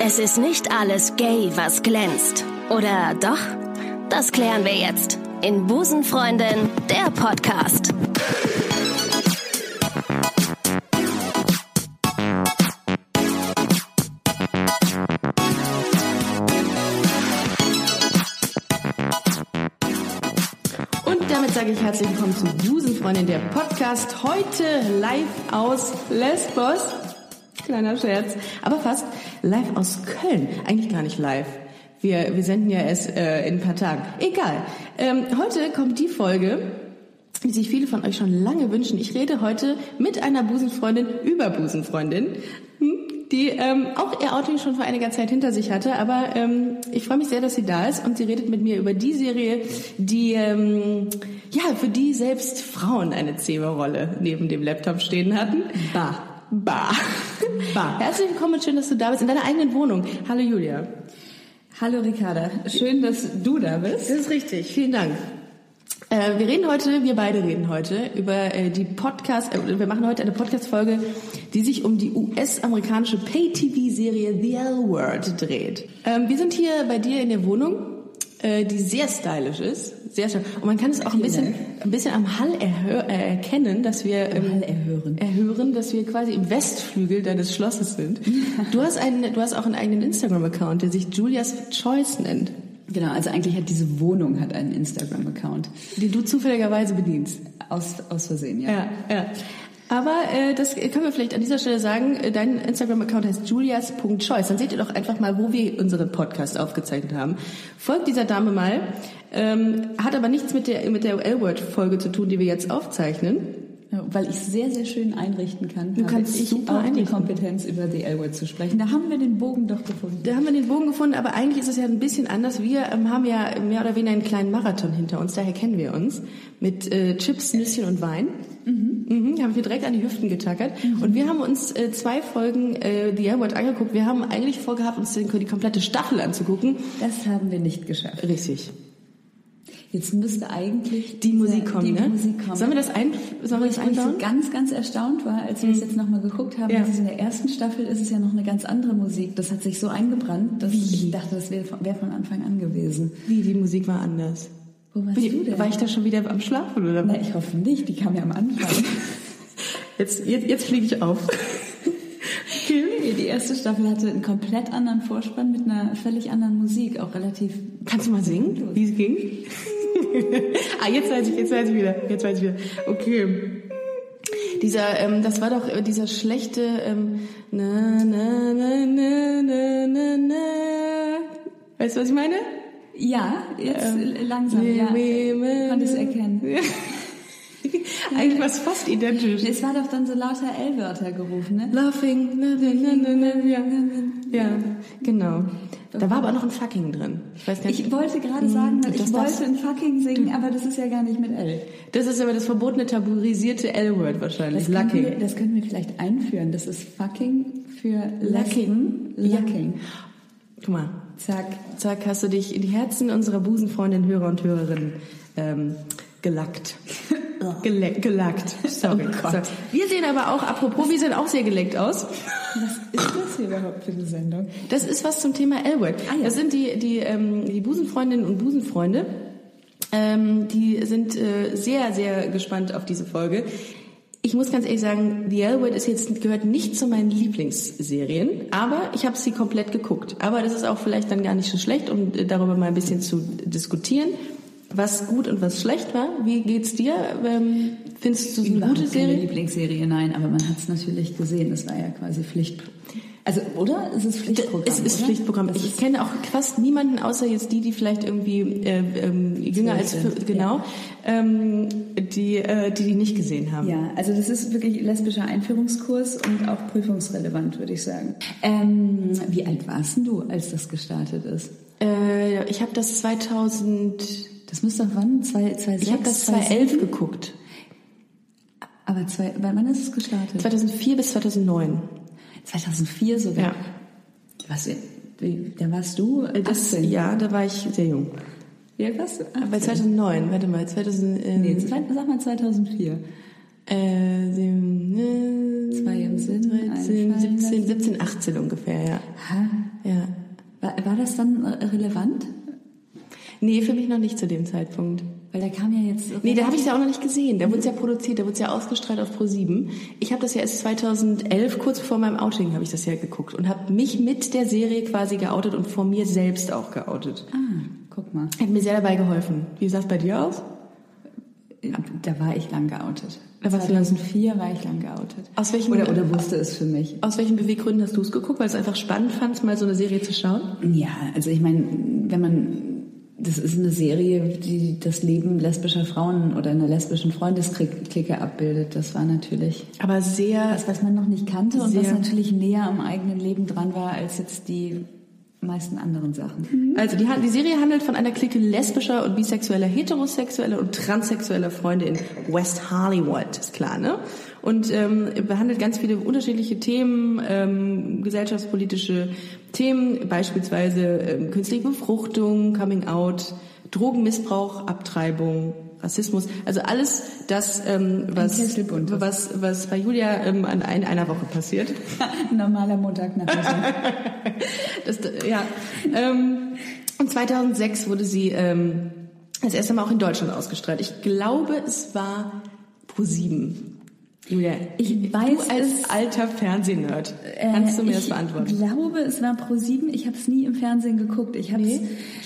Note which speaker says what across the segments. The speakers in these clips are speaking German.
Speaker 1: Es ist nicht alles gay, was glänzt. Oder doch? Das klären wir jetzt in Busenfreundin, der Podcast.
Speaker 2: Und damit sage ich herzlich willkommen zu Busenfreundin, der Podcast. Heute live aus Lesbos. Kleiner Scherz, aber fast live aus Köln. Eigentlich gar nicht live. Wir, wir senden ja erst äh, in ein paar Tagen. Egal. Ähm, heute kommt die Folge, die sich viele von euch schon lange wünschen. Ich rede heute mit einer Busenfreundin über Busenfreundin, hm, die ähm, auch ihr Outing schon vor einiger Zeit hinter sich hatte. Aber ähm, ich freue mich sehr, dass sie da ist und sie redet mit mir über die Serie, die ähm, ja für die selbst Frauen eine Zebra-Rolle neben dem Laptop stehen hatten. Bah. Bah. bah. Herzlich willkommen, und schön, dass du da bist in deiner eigenen Wohnung. Hallo Julia.
Speaker 3: Hallo Ricarda, schön, dass du da bist.
Speaker 2: Das ist richtig. Vielen Dank. Äh, wir reden heute, wir beide reden heute über äh, die Podcast, äh, wir machen heute eine Podcast-Folge, die sich um die US-amerikanische Pay-TV-Serie The L-Word dreht. Ähm, wir sind hier bei dir in der Wohnung, äh, die sehr stylisch ist, sehr schön. Und man kann es auch ein bisschen, ein bisschen am Hall erhö- äh, erkennen, dass wir ähm,
Speaker 3: Hall erhören.
Speaker 2: erhören, dass wir quasi im Westflügel deines Schlosses sind. Du hast einen, du hast auch einen eigenen Instagram-Account, der sich Julias Choice nennt,
Speaker 3: Genau, also eigentlich hat diese Wohnung hat einen Instagram-Account.
Speaker 2: den du zufälligerweise bedienst.
Speaker 3: Aus, aus Versehen, ja.
Speaker 2: Ja, ja. Aber äh, das können wir vielleicht an dieser Stelle sagen. äh, Dein Instagram-Account heißt julias.choice. Dann seht ihr doch einfach mal, wo wir unseren Podcast aufgezeichnet haben. Folgt dieser Dame mal. Ähm, hat aber nichts mit der, mit der L-Word-Folge zu tun, die wir jetzt aufzeichnen.
Speaker 3: Ja, Weil ich sehr, sehr schön einrichten kann.
Speaker 2: Du
Speaker 3: habe
Speaker 2: kannst
Speaker 3: ich
Speaker 2: super
Speaker 3: auch die
Speaker 2: einrichten.
Speaker 3: Kompetenz, über die L-Word zu sprechen. Da haben wir den Bogen doch gefunden.
Speaker 2: Da haben wir den Bogen gefunden, aber eigentlich ist es ja ein bisschen anders. Wir ähm, haben ja mehr oder weniger einen kleinen Marathon hinter uns, daher kennen wir uns. Mit äh, Chips, Nüsschen und Wein. Mhm. haben wir direkt an die Hüften getackert. Und wir haben uns äh, zwei Folgen äh, The Airword angeguckt. Wir haben eigentlich vorgehabt, uns den, die komplette Staffel anzugucken.
Speaker 3: Das haben wir nicht geschafft.
Speaker 2: Richtig.
Speaker 3: Jetzt müsste eigentlich
Speaker 2: Die
Speaker 3: diese-
Speaker 2: Musik kommen,
Speaker 3: die
Speaker 2: ne?
Speaker 3: Musik kommen.
Speaker 2: Sollen wir das, ein, sollen
Speaker 3: Wo
Speaker 2: wir das
Speaker 3: ich eigentlich so
Speaker 2: einbauen? Mhm.
Speaker 3: ganz, ganz erstaunt war, als wir es jetzt nochmal geguckt haben,
Speaker 2: Ja.
Speaker 3: dass es in der ersten Staffel ist es ja noch eine ganz andere Musik. Das hat sich so eingebrannt, dass ich dachte, das wäre von, wär von Anfang an gewesen.
Speaker 2: Wie, die Musik war anders.
Speaker 3: Wo warst
Speaker 2: Wie,
Speaker 3: du denn?
Speaker 2: War ich da schon wieder am Schlafen oder?
Speaker 3: Na, ich hoffe nicht, die kam ja am Anfang.
Speaker 2: Jetzt, jetzt, jetzt fliege ich auf.
Speaker 3: Okay, die erste Staffel hatte einen komplett anderen Vorspann mit einer völlig anderen Musik, auch relativ.
Speaker 2: Kannst du mal singen, wie es ging? ah, jetzt weiß ich, jetzt weiß ich wieder, jetzt weiß ich wieder. Okay. Dieser, ähm, das war doch äh, dieser schlechte, ähm, na, na, na, na, na, na, na. Weißt du, was ich meine?
Speaker 3: Ja, jetzt
Speaker 2: Ähm,
Speaker 3: langsam,
Speaker 2: we
Speaker 3: ja.
Speaker 2: women-
Speaker 3: Konnte es erkennen.
Speaker 2: Eigentlich war es fast identisch.
Speaker 3: Es war doch dann so lauter L-Wörter gerufen, ne?
Speaker 2: Laughing, na, na, na, na, na, ja. ja, genau. Da war aber noch ein Fucking drin. Ich weiß gar nicht.
Speaker 3: Ich wollte gerade sagen, weil
Speaker 2: Mhm, das
Speaker 3: ich
Speaker 2: darfst-
Speaker 3: wollte ein fucking singen, aber das ist ja gar nicht mit L.
Speaker 2: Das ist aber das verbotene, tabuisierte L-Word wahrscheinlich. Lucking.
Speaker 3: Können wir, das können wir vielleicht einführen. Das ist fucking für Lucking.
Speaker 2: Ja.
Speaker 3: Lucking.
Speaker 2: Guck mal,
Speaker 3: Zack.
Speaker 2: Zack, hast du dich in die Herzen unserer Busenfreundin, Hörer und Hörerinnen ähm, gelackt. Gele gelackt. Sorry.
Speaker 3: Oh Gott.
Speaker 2: Sorry. Wir sehen aber auch, apropos, wir sehen auch sehr geleckt aus.
Speaker 3: Was ist das hier überhaupt für eine Sendung?
Speaker 2: Das ist was zum Thema L-Word.
Speaker 3: Ah, ja.
Speaker 2: Das sind die, die, ähm, die Busenfreundinnen und Busenfreunde. Ähm, die sind äh, sehr, sehr gespannt auf diese Folge. Ich muss ganz ehrlich sagen, The L-Word ist jetzt, gehört nicht zu meinen Lieblingsserien, aber ich habe sie komplett geguckt. Aber das ist auch vielleicht dann gar nicht so schlecht, um äh, darüber mal ein bisschen zu diskutieren, was gut und was schlecht war. Wie geht's dir? Ähm, findest du es eine
Speaker 3: Überhaupt
Speaker 2: gute
Speaker 3: Keine
Speaker 2: Serie?
Speaker 3: Lieblingsserie, nein, aber man hat es natürlich gesehen. Es war ja quasi Pflicht. Also, oder? Es ist Pflichtprogramm.
Speaker 2: Es ist
Speaker 3: oder?
Speaker 2: Pflichtprogramm.
Speaker 3: Das
Speaker 2: Ich
Speaker 3: ist-
Speaker 2: kenne auch fast niemanden, außer jetzt die, die vielleicht irgendwie äh, ähm, jünger als
Speaker 3: sind,
Speaker 2: fün- genau, ähm, die, äh, die die nicht gesehen haben.
Speaker 3: ja, also das ist wirklich lesbischer Einführungskurs und auch prüfungsrelevant, würde ich sagen. Ähm, wie alt warst denn du, als das gestartet ist?
Speaker 2: Äh, ich habe das 2000,
Speaker 3: Das müsste doch wann? Zwei, zwei,
Speaker 2: ich habe das 2011 geguckt.
Speaker 3: Aber zwei, wann wann ist es gestartet?
Speaker 2: 2004 bis 2009.
Speaker 3: 2004 sogar.
Speaker 2: Ja.
Speaker 3: Was, wie- da warst du äh,
Speaker 2: Das,
Speaker 3: 18.
Speaker 2: ja, da war ich sehr jung.
Speaker 3: Wie alt warst du?
Speaker 2: Bei 2009, warte mal, 2000, äh,
Speaker 3: Nee, zwei- sag mal 2004.
Speaker 2: äh, sieben, ne,
Speaker 3: Zwei im Sinn,
Speaker 2: 13,
Speaker 3: einfallen
Speaker 2: 17, 17, 18 ungefähr, ja.
Speaker 3: Ha.
Speaker 2: Ja,
Speaker 3: das dann re- relevant?
Speaker 2: Nee, für mich noch nicht zu dem Zeitpunkt.
Speaker 3: Weil da kam ja jetzt.
Speaker 2: Nee, da habe ich ja auch noch nicht gesehen. Da wurde es ja produziert, da wurde es ja ausgestrahlt auf Pro7. Ich habe das ja erst 2011, kurz vor meinem Outing, habe ich das ja geguckt und habe mich mit der Serie quasi geoutet und vor mir selbst auch geoutet.
Speaker 3: Ah, guck mal.
Speaker 2: Hat mir sehr dabei geholfen. Wie sah es bei dir aus?
Speaker 3: Da war ich lang geoutet.
Speaker 2: Da warst du lang-
Speaker 3: 2004 war ich lang geoutet.
Speaker 2: Aus welchem-
Speaker 3: oder, oder wusste es für mich.
Speaker 2: Aus welchen Beweggründen hast du es geguckt? Weil du es einfach spannend fandst, mal so eine Serie zu schauen?
Speaker 3: Ja, also ich meine, wenn man. Das ist eine Serie, die das Leben lesbischer Frauen oder einer lesbischen Freundesklicke abbildet. Das war natürlich
Speaker 2: Aber sehr,
Speaker 3: was, was man noch nicht kannte und was
Speaker 2: Sehr.
Speaker 3: natürlich näher am eigenen Leben dran war als jetzt die meisten anderen Sachen.
Speaker 2: Also die, Han- die Serie handelt von einer Clique lesbischer und bisexueller, heterosexueller und transsexueller Freunde in West Hollywood, ist klar, ne? Und ähm, behandelt ganz viele unterschiedliche Themen, ähm, gesellschaftspolitische Themen, beispielsweise ähm, künstliche Befruchtung, Coming Out, Drogenmissbrauch, Abtreibung, Rassismus, also alles das, ähm, was,
Speaker 3: Kesselbund.
Speaker 2: was, was bei Julia ähm, an ein, einer Woche passiert.
Speaker 3: Normaler Montagnachmittag.
Speaker 2: Das, ja. Ähm, und 2006 wurde sie ähm, das erste Mal auch in Deutschland ausgestrahlt. Ich glaube, es war Pro7. Julia,
Speaker 3: Ich weiß
Speaker 2: du als
Speaker 3: es-
Speaker 2: alter Fernsehnerd, kannst du mir das beantworten?
Speaker 3: Äh, Ich glaube, es war pro sieben. Ich habe es nie im Fernsehen geguckt. Ich habe
Speaker 2: ich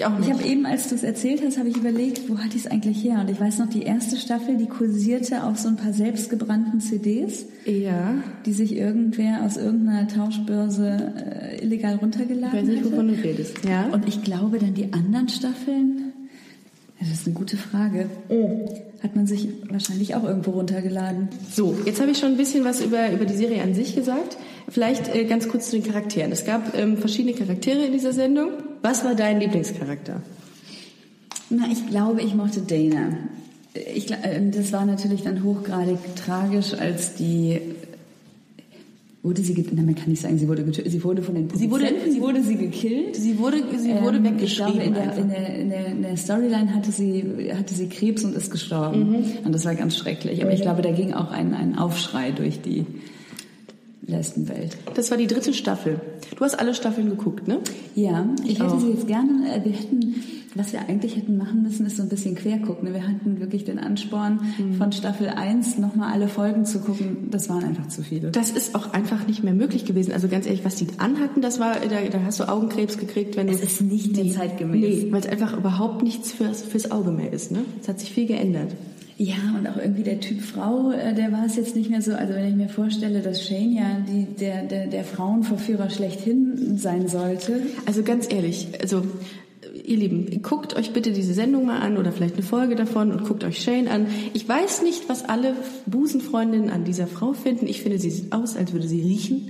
Speaker 2: auch nicht.
Speaker 3: Ich habe eben, als du es erzählt hast, habe ich überlegt, wo hatte ich es eigentlich her? Und ich weiß noch, die erste Staffel, die kursierte auf so ein paar selbstgebrannten CDs,
Speaker 2: Ja,
Speaker 3: die sich irgendwer aus irgendeiner Tauschbörse äh, illegal
Speaker 2: ich
Speaker 3: runtergeladen
Speaker 2: weiß nicht,
Speaker 3: hatte.
Speaker 2: wovon du redest. Ja.
Speaker 3: Und ich glaube dann die anderen Staffeln. Ja, das ist eine gute Frage.
Speaker 2: Oh.
Speaker 3: Hat man sich wahrscheinlich auch irgendwo runtergeladen.
Speaker 2: So, jetzt habe ich schon ein bisschen was über, über die Serie an sich gesagt. Vielleicht äh, ganz kurz zu den Charakteren. Es gab ähm, verschiedene Charaktere in dieser Sendung. Was war dein Lieblingscharakter?
Speaker 3: Na, ich glaube, ich mochte Dana. Ich, gla- äh, das war natürlich dann hochgradig tragisch, als die wurde sie, ge- na, man kann nicht sagen, sie wurde getötet, sie wurde von den
Speaker 2: Sie wurde-
Speaker 3: Produzenten- sie wurde sie gekillt.
Speaker 2: Sie wurde, sie wurde
Speaker 3: Ähm,
Speaker 2: weggeschrieben.
Speaker 3: Ich glaube, in, der,
Speaker 2: einfach.
Speaker 3: in, der, in, der, in der Storyline hatte sie, hatte sie Krebs und ist gestorben.
Speaker 2: Mhm.
Speaker 3: Und das war ganz schrecklich. Aber ich glaube, da ging auch ein, ein Aufschrei durch die Lesbenwelt.
Speaker 2: Das war die dritte Staffel. Du hast alle Staffeln geguckt, ne?
Speaker 3: Ja, ich hätte
Speaker 2: auch.
Speaker 3: sie jetzt gerne, äh, wir hätten, was wir eigentlich hätten machen müssen, ist so ein bisschen quer gucken. ne? Wir hatten wirklich den Ansporn,
Speaker 2: Mhm.
Speaker 3: von Staffel 1 nochmal alle Folgen zu gucken. Das waren einfach zu viele.
Speaker 2: Das ist auch einfach nicht mehr möglich gewesen. Also ganz ehrlich, was die anhatten, das war, da, da hast du Augenkrebs gekriegt, wenn
Speaker 3: Es
Speaker 2: du.
Speaker 3: ist nicht mehr zeitgemäß.
Speaker 2: Nee, weil es einfach überhaupt nichts fürs, fürs Auge mehr ist, ne? Es hat sich viel geändert.
Speaker 3: Ja, und auch irgendwie der Typ Frau, äh, der war es jetzt nicht mehr so. Also wenn ich mir vorstelle, dass Shane ja die, der, der, der Frauenverführer schlechthin sein sollte.
Speaker 2: Also ganz ehrlich, also ihr Lieben, guckt euch bitte diese Sendung mal an oder vielleicht eine Folge davon und guckt euch Shane an. Ich weiß nicht, was alle Busenfreundinnen an dieser Frau finden. Ich finde, sie sieht aus, als würde sie riechen.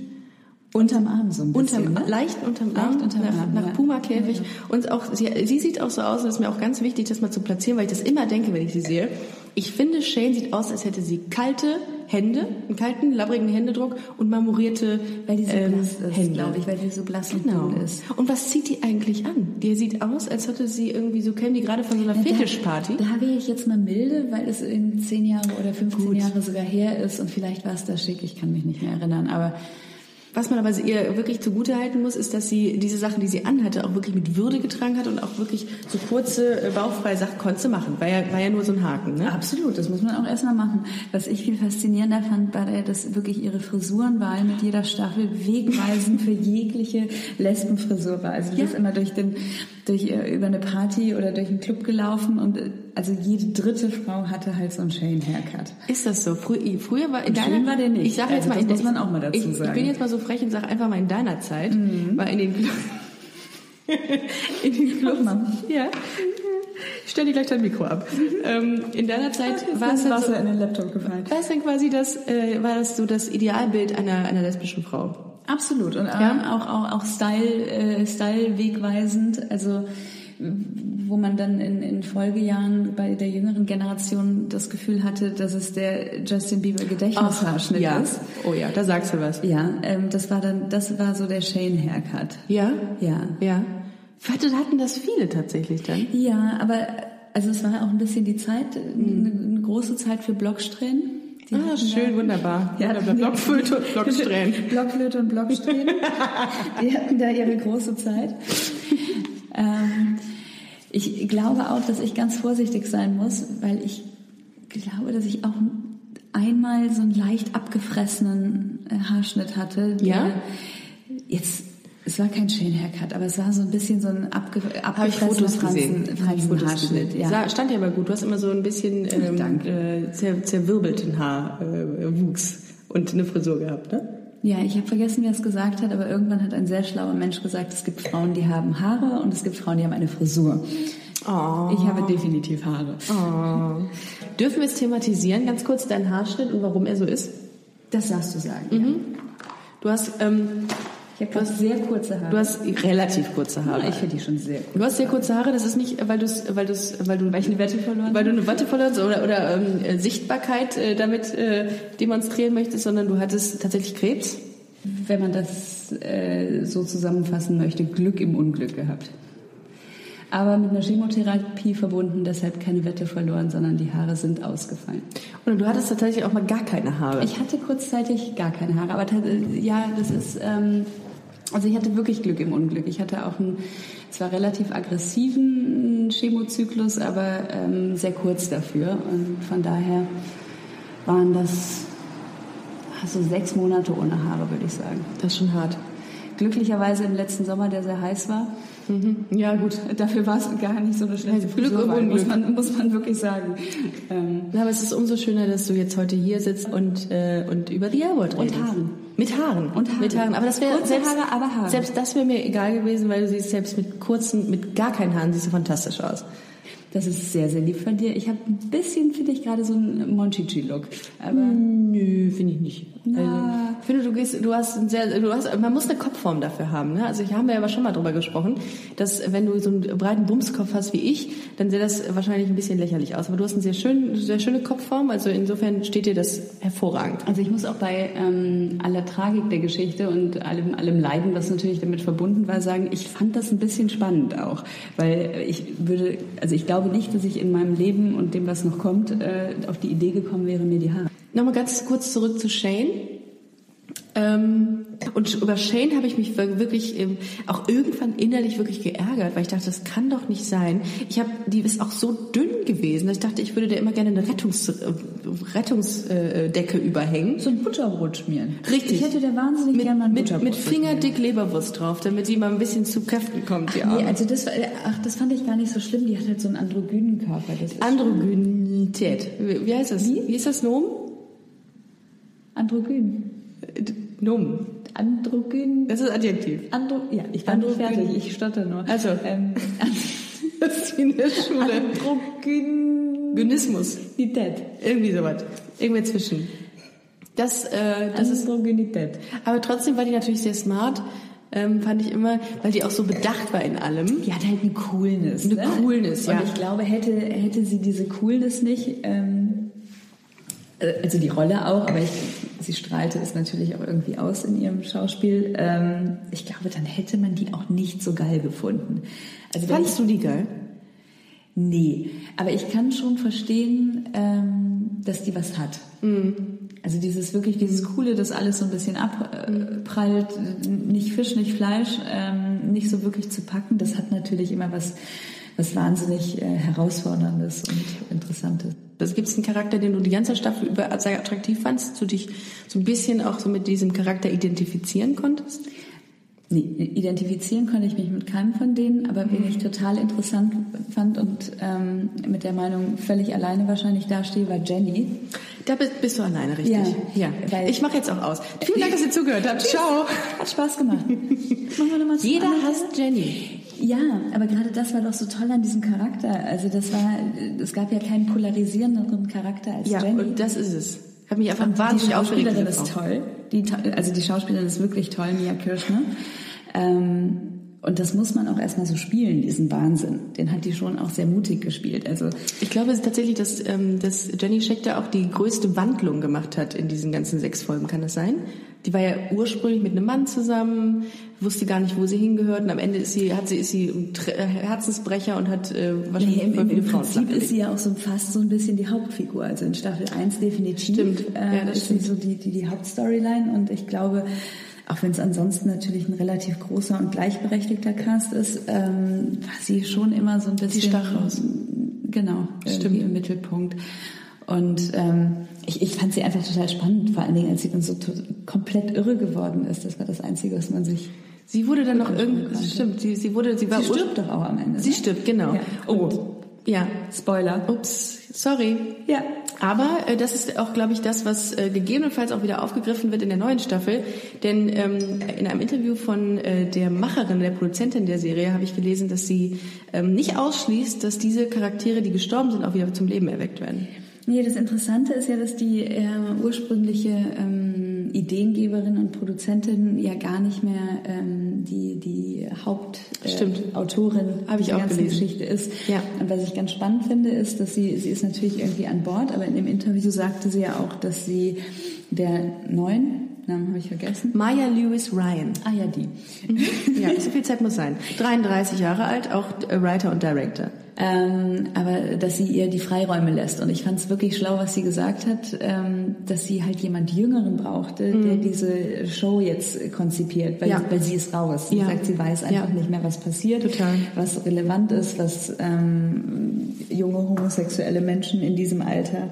Speaker 3: Unterm Arm so ein bisschen.
Speaker 2: Unterm,
Speaker 3: ne?
Speaker 2: leicht unterm
Speaker 3: Leicht
Speaker 2: Arm,
Speaker 3: unterm
Speaker 2: nach,
Speaker 3: Arm,
Speaker 2: nach
Speaker 3: ja.
Speaker 2: Puma-Käfig. Und auch, sie, sie sieht auch so aus, und das ist mir auch ganz wichtig, das mal zu platzieren, weil ich das immer denke, wenn ich sie sehe. Ich finde, Shane sieht aus, als hätte sie kalte Hände, einen kalten, labbrigen Händedruck und marmorierte
Speaker 3: Weil die so
Speaker 2: ähm,
Speaker 3: blass ist,
Speaker 2: Hände.
Speaker 3: glaube ich, weil die so blass
Speaker 2: Genau.
Speaker 3: und dünn ist.
Speaker 2: Und was zieht die eigentlich an? Die sieht aus, als hätte sie irgendwie so, kennen die gerade von so einer
Speaker 3: Na, da-
Speaker 2: Fetischparty.
Speaker 3: Da wäre ich jetzt mal milde, weil es in zehn Jahre oder 15
Speaker 2: Gut.
Speaker 3: Jahre sogar her ist und vielleicht war es da schick, ich kann mich nicht mehr erinnern. Aber
Speaker 2: Was man aber ihr wirklich zugutehalten muss, ist, dass sie diese Sachen, die sie anhatte, auch wirklich mit Würde getragen hat und auch wirklich so kurze, äh, bauchfreie Sachen konnte sie machen. War ja, war ja nur so ein Haken, ne?
Speaker 3: absolut, das muss man auch erstmal machen. Was ich viel faszinierender fand, war, äh, dass wirklich ihre Frisurenwahl mit jeder Staffel wegweisend für jegliche Lesbenfrisur war. Also du bist immer durch den, durch, äh, über eine Party oder durch einen Club gelaufen und äh, also jede dritte Frau hatte halt so einen Shane-Haircut.
Speaker 2: Ist das so? Frü eh, früher war in
Speaker 3: Und
Speaker 2: deiner
Speaker 3: schön war der nicht.
Speaker 2: Ich sag jetzt
Speaker 3: Also
Speaker 2: mal, Mhm.
Speaker 3: das
Speaker 2: in,
Speaker 3: muss man auch mal dazu
Speaker 2: ich, Ich
Speaker 3: sagen.
Speaker 2: bin jetzt mal so frech und sag einfach mal in deiner Zeit, war in den in den Clubs.
Speaker 3: Mach mal.
Speaker 2: Ja. Ich stell dir gleich dein Mikro ab. ähm, in deiner Zeit war es dann so,
Speaker 3: in den Laptop gefallen.
Speaker 2: war es dann quasi das äh, war das so das Idealbild einer einer lesbischen Frau.
Speaker 3: Absolut und ähm,
Speaker 2: Ja.
Speaker 3: auch, auch, auch Style, äh, Style wegweisend, also m, wo man dann in, in Folgejahren bei der jüngeren Generation das Gefühl hatte, dass es der Justin Bieber Gedächtnishaarschnitt
Speaker 2: ja.
Speaker 3: ist.
Speaker 2: Oh ja, da sagst du was.
Speaker 3: Ja, ähm, das war dann, das war so der Shane Haircut.
Speaker 2: Ja?
Speaker 3: Ja.
Speaker 2: Ja. Hatte, hatten das viele tatsächlich dann?
Speaker 3: Ja, aber also es war auch ein bisschen die Zeit, eine, eine große Zeit für Blocksträhnen. Die
Speaker 2: Hm. ah,
Speaker 3: hatten
Speaker 2: schön, wunderbar.
Speaker 3: Ja,
Speaker 2: Wunderbar. Blockflöte und Blocksträhnen.
Speaker 3: Blockflöte und Blocksträhnen. Die hatten da ihre große Zeit. Ähm, ich glaube auch, dass ich ganz vorsichtig sein muss, weil ich glaube, dass ich auch einmal so einen leicht abgefressenen äh, Haarschnitt hatte. der
Speaker 2: Ja?
Speaker 3: Jetzt, es war kein schön Haircut, aber es war so ein bisschen so ein abge
Speaker 2: Habe ich
Speaker 3: abgefressener
Speaker 2: Fotos
Speaker 3: Franzen,
Speaker 2: gesehen. Hab ich
Speaker 3: Franzen
Speaker 2: Fotos
Speaker 3: Haarschnitt.
Speaker 2: gesehen.
Speaker 3: Ja.
Speaker 2: Sah, stand ja immer gut. Du hast immer so ein bisschen ähm, äh, zer, zerwirbelten Haarwuchs äh, Wuchs und eine Frisur gehabt, ne?
Speaker 3: Ja, ich habe vergessen, wer es gesagt hat, aber irgendwann hat ein sehr schlauer Mensch gesagt, es gibt Frauen, die haben Haare und es gibt Frauen, die haben eine Frisur.
Speaker 2: Oh.
Speaker 3: Ich habe definitiv Haare.
Speaker 2: Dürfen wir es thematisieren, ganz kurz, deinen Haarschnitt und warum er so ist?
Speaker 3: Das darfst du sagen.
Speaker 2: Du hast, ähm,
Speaker 3: Ich habe was sehr kurze Haare.
Speaker 2: du hast relativ kurze Haare.
Speaker 3: ich finde die schon sehr kurz.
Speaker 2: Du hast sehr kurze Haare, das ist nicht, weil du es- weil du es- weil du weil eine Wette verloren weil du eine Wette verloren hast oder oder ähm, äh, Sichtbarkeit äh, damit äh, demonstrieren möchtest, sondern du hattest tatsächlich Krebs.
Speaker 3: Wenn man das äh, so zusammenfassen möchte, Glück im Unglück gehabt. Aber mit einer Chemotherapie verbunden, deshalb keine Wette verloren, sondern die Haare sind ausgefallen.
Speaker 2: Und du hattest tatsächlich auch mal gar keine Haare.
Speaker 3: Ich hatte kurzzeitig gar keine Haare, aber tats- ja, das ist. Ähm, also ich hatte wirklich Glück im Unglück. Ich hatte auch einen zwar relativ aggressiven Chemozyklus, aber ähm, sehr kurz dafür. Und von daher waren das also sechs Monate ohne Haare, würde ich sagen.
Speaker 2: das ist schon hart.
Speaker 3: Glücklicherweise im letzten Sommer, der sehr heiß war. Hm,
Speaker 2: Ja gut.
Speaker 3: Dafür war es gar nicht so eine schlechte
Speaker 2: Also Glück
Speaker 3: Frisur,
Speaker 2: im
Speaker 3: weil- muss
Speaker 2: Unglück.
Speaker 3: man, muss man wirklich sagen. Ähm,
Speaker 2: Na, aber es ist umso schöner, dass du jetzt heute hier sitzt und äh, und über die Airboard
Speaker 3: Und Haaren.
Speaker 2: Mit Haaren.
Speaker 3: Und Haaren.
Speaker 2: Mit Haaren. Aber das wäre
Speaker 3: Kurze Haare, aber Haare.
Speaker 2: selbst das wäre mir egal gewesen, weil du siehst selbst mit kurzen, mit gar keinen Haaren siehst du fantastisch aus.
Speaker 3: das ist sehr, sehr lieb von dir. Ich habe ein bisschen, finde ich, gerade so einen Monchichi-Look. Aber
Speaker 2: Hm, Nö, finde ich nicht.
Speaker 3: Na.
Speaker 2: Also, ich finde, du gehst, du hast ein sehr, du hast, man muss eine Kopfform dafür haben. Ne? Also hier haben wir ja schon mal drüber gesprochen, dass wenn du so einen breiten Bumskopf hast wie ich, dann sieht das wahrscheinlich ein bisschen lächerlich aus. Aber du hast eine sehr, schön, sehr schöne Kopfform, also insofern steht dir das hervorragend.
Speaker 3: Also ich muss auch bei ähm, aller Tragik der Geschichte und allem, allem Leiden, was natürlich damit verbunden war, sagen, ich fand das ein bisschen spannend auch, weil äh, ich würde, also ich glaube nicht, dass ich in meinem Leben und dem, was noch kommt, äh, auf die Idee gekommen wäre, mir die Haare.
Speaker 2: Nochmal ganz kurz zurück zu Shane. Ähm, und über Shane habe ich mich wirklich ähm, auch irgendwann innerlich wirklich geärgert, weil ich dachte, das kann doch nicht sein. Ich habe, die ist auch so dünn gewesen, dass ich dachte, ich würde der immer gerne eine Rettungs, äh, Rettungsdecke äh, Decke überhängen.
Speaker 3: So ein Butterbrot schmieren.
Speaker 2: Richtig.
Speaker 3: Ich hätte da wahnsinnig
Speaker 2: Mit,
Speaker 3: gerne mal ein
Speaker 2: mit,
Speaker 3: Butterbrot
Speaker 2: mit Fingerdick Leberwurst drauf, damit sie mal ein bisschen zu Kräften kommt, die
Speaker 3: Nee,
Speaker 2: Arme.
Speaker 3: also das, war- ach, das fand ich gar nicht so schlimm. Die hat halt so einen androgynen Körper. Das ist
Speaker 2: Androgynität. Wie wie heißt das? Wie, ist das Nomen?
Speaker 3: androgyn.
Speaker 2: Äh, d- Nomen.
Speaker 3: Androgyn.
Speaker 2: Das ist Adjektiv.
Speaker 3: Andro, ja, ich war nicht
Speaker 2: Androgyn.
Speaker 3: fertig. Ich stotter nur.
Speaker 2: Also.
Speaker 3: Ähm,
Speaker 2: Das ist wie in der Schule.
Speaker 3: androgynität.
Speaker 2: Gynismus. Irgendwie sowas. Irgendwie zwischen. Das, äh, das ist.
Speaker 3: Androgynität.
Speaker 2: Aber trotzdem war die natürlich sehr smart, ähm, fand ich immer, weil die auch so bedacht war in allem.
Speaker 3: Die hat halt eine Coolness.
Speaker 2: Eine
Speaker 3: ne?
Speaker 2: Coolness, ja.
Speaker 3: Und ich glaube, hätte, hätte sie diese Coolness nicht, ähm, äh, also die Rolle auch, aber ich, sie strahlte es natürlich auch irgendwie aus in ihrem Schauspiel. Ähm, ich glaube, dann hätte man die auch nicht so geil gefunden. Also wenn ich,
Speaker 2: Fandest du die geil?
Speaker 3: nee, aber ich kann schon verstehen, ähm, dass die was hat. Also dieses wirklich, dieses Coole, das alles so ein bisschen abprallt, nicht Fisch, nicht Fleisch, ähm, nicht so wirklich zu packen, das hat natürlich immer was, was wahnsinnig äh, Herausforderndes und Interessantes.
Speaker 2: Also gibt es einen Charakter, den du die ganze Staffel über sehr attraktiv fandst, du dich so ein bisschen auch so mit diesem Charakter identifizieren konntest?
Speaker 3: Nee, identifizieren konnte ich mich mit keinem von denen, aber wen ich total interessant fand und ähm, mit der Meinung völlig alleine wahrscheinlich dastehe, war Jenny.
Speaker 2: Da bist, bist du alleine, richtig?
Speaker 3: Ja. Weil-
Speaker 2: ich mache jetzt auch aus. Vielen Dank, dass ihr zugehört habt. Ciao.
Speaker 3: Hat Spaß gemacht. Machen wir nochmal zu
Speaker 2: Jeder
Speaker 3: anderen.
Speaker 2: hasst Jenny.
Speaker 3: Ja, aber gerade das war doch so toll an diesem Charakter. Also das war, es gab ja keinen polarisierenderen Charakter als
Speaker 2: Ja,
Speaker 3: Jenny.
Speaker 2: und das ist es. Hat mich einfach
Speaker 3: Und
Speaker 2: wahnsinnig
Speaker 3: die
Speaker 2: aufgeregt.
Speaker 3: Schauspielerin
Speaker 2: diese Frau.
Speaker 3: ist toll. Die, to- also die Schauspielerin ist wirklich toll, Mia Kirschner. Ähm, und das muss man auch erstmal so spielen, diesen Wahnsinn. Den hat die schon auch sehr mutig gespielt. Also
Speaker 2: Ich glaube es ist tatsächlich, dass, ähm, dass Jenny Schechter auch die größte Wandlung gemacht hat in diesen ganzen sechs Folgen. Kann das sein? Die war ja ursprünglich mit einem Mann zusammen, wusste gar nicht, wo sie hingehört. Und am Ende ist sie, hat sie, ist sie ein Tre- äh, Herzensbrecher und hat äh, wahrscheinlich
Speaker 3: Nee, im,
Speaker 2: voll
Speaker 3: im,
Speaker 2: viele
Speaker 3: im
Speaker 2: Frauen
Speaker 3: Prinzip ist
Speaker 2: flachgelegt.
Speaker 3: sie ja auch so fast so ein bisschen die Hauptfigur. Also in Staffel 1 definitiv
Speaker 2: Stimmt.
Speaker 3: äh,
Speaker 2: Ja, das
Speaker 3: ist sie so die, die, die Hauptstoryline und ich glaube auch wenn es ansonsten natürlich ein relativ großer und gleichberechtigter Cast ist, ähm, war sie schon immer so ein bisschen.
Speaker 2: Sie stach raus.
Speaker 3: Genau,
Speaker 2: Stimmt.
Speaker 3: irgendwie im Mittelpunkt. Und ähm, ich, ich fand sie einfach total spannend, vor allen Dingen, als sie dann so to- komplett irre geworden ist. Das war das Einzige, was man sich.
Speaker 2: Sie wurde dann noch
Speaker 3: Gut,
Speaker 2: irgendwie,
Speaker 3: konnte.
Speaker 2: stimmt, sie, sie wurde, sie war
Speaker 3: Sie stirbt doch auch am Ende.
Speaker 2: Sie
Speaker 3: ne?
Speaker 2: stirbt, genau.
Speaker 3: Ja.
Speaker 2: Oh. Ja.
Speaker 3: Spoiler.
Speaker 2: Ups, sorry.
Speaker 3: Ja.
Speaker 2: Aber äh, das ist auch, glaube ich, das, was äh, gegebenenfalls auch wieder aufgegriffen wird in der neuen Staffel. Denn ähm, in einem Interview von äh, der Macherin, der Produzentin der Serie, habe ich gelesen, dass sie ähm, nicht ausschließt, dass diese Charaktere, die gestorben sind, auch wieder zum Leben erweckt werden.
Speaker 3: Nee, das Interessante ist ja, dass die äh, ursprüngliche ähm, Ideengeberin und Produzentin ja gar nicht mehr ähm, die, die Hauptautorin
Speaker 2: Stimmt.
Speaker 3: äh, Autorin
Speaker 2: Habe ich
Speaker 3: der
Speaker 2: auch
Speaker 3: ganzen
Speaker 2: gelesen.
Speaker 3: Geschichte ist.
Speaker 2: Ja.
Speaker 3: Und was ich ganz spannend finde, ist, dass sie, sie ist natürlich irgendwie an Bord, aber in dem Interview sagte sie ja auch, dass sie der neuen, Namen habe ich vergessen,
Speaker 2: Maya Lewis Ryan.
Speaker 3: ah ja, die,
Speaker 2: Ja, so viel Zeit muss sein. 33 Jahre alt, auch äh, Writer und Director.
Speaker 3: Ähm, aber dass sie ihr die Freiräume lässt. Und ich fand es wirklich schlau, was sie gesagt hat, ähm, dass sie halt jemand Jüngeren brauchte, der diese Show jetzt konzipiert, weil,
Speaker 2: Mhm. Ja.
Speaker 3: weil sie ist raus. Sie
Speaker 2: Ja.
Speaker 3: sagt, sie weiß einfach
Speaker 2: Ja.
Speaker 3: nicht mehr, was passiert,
Speaker 2: Total.
Speaker 3: was relevant ist, was ähm, junge homosexuelle Menschen in diesem Alter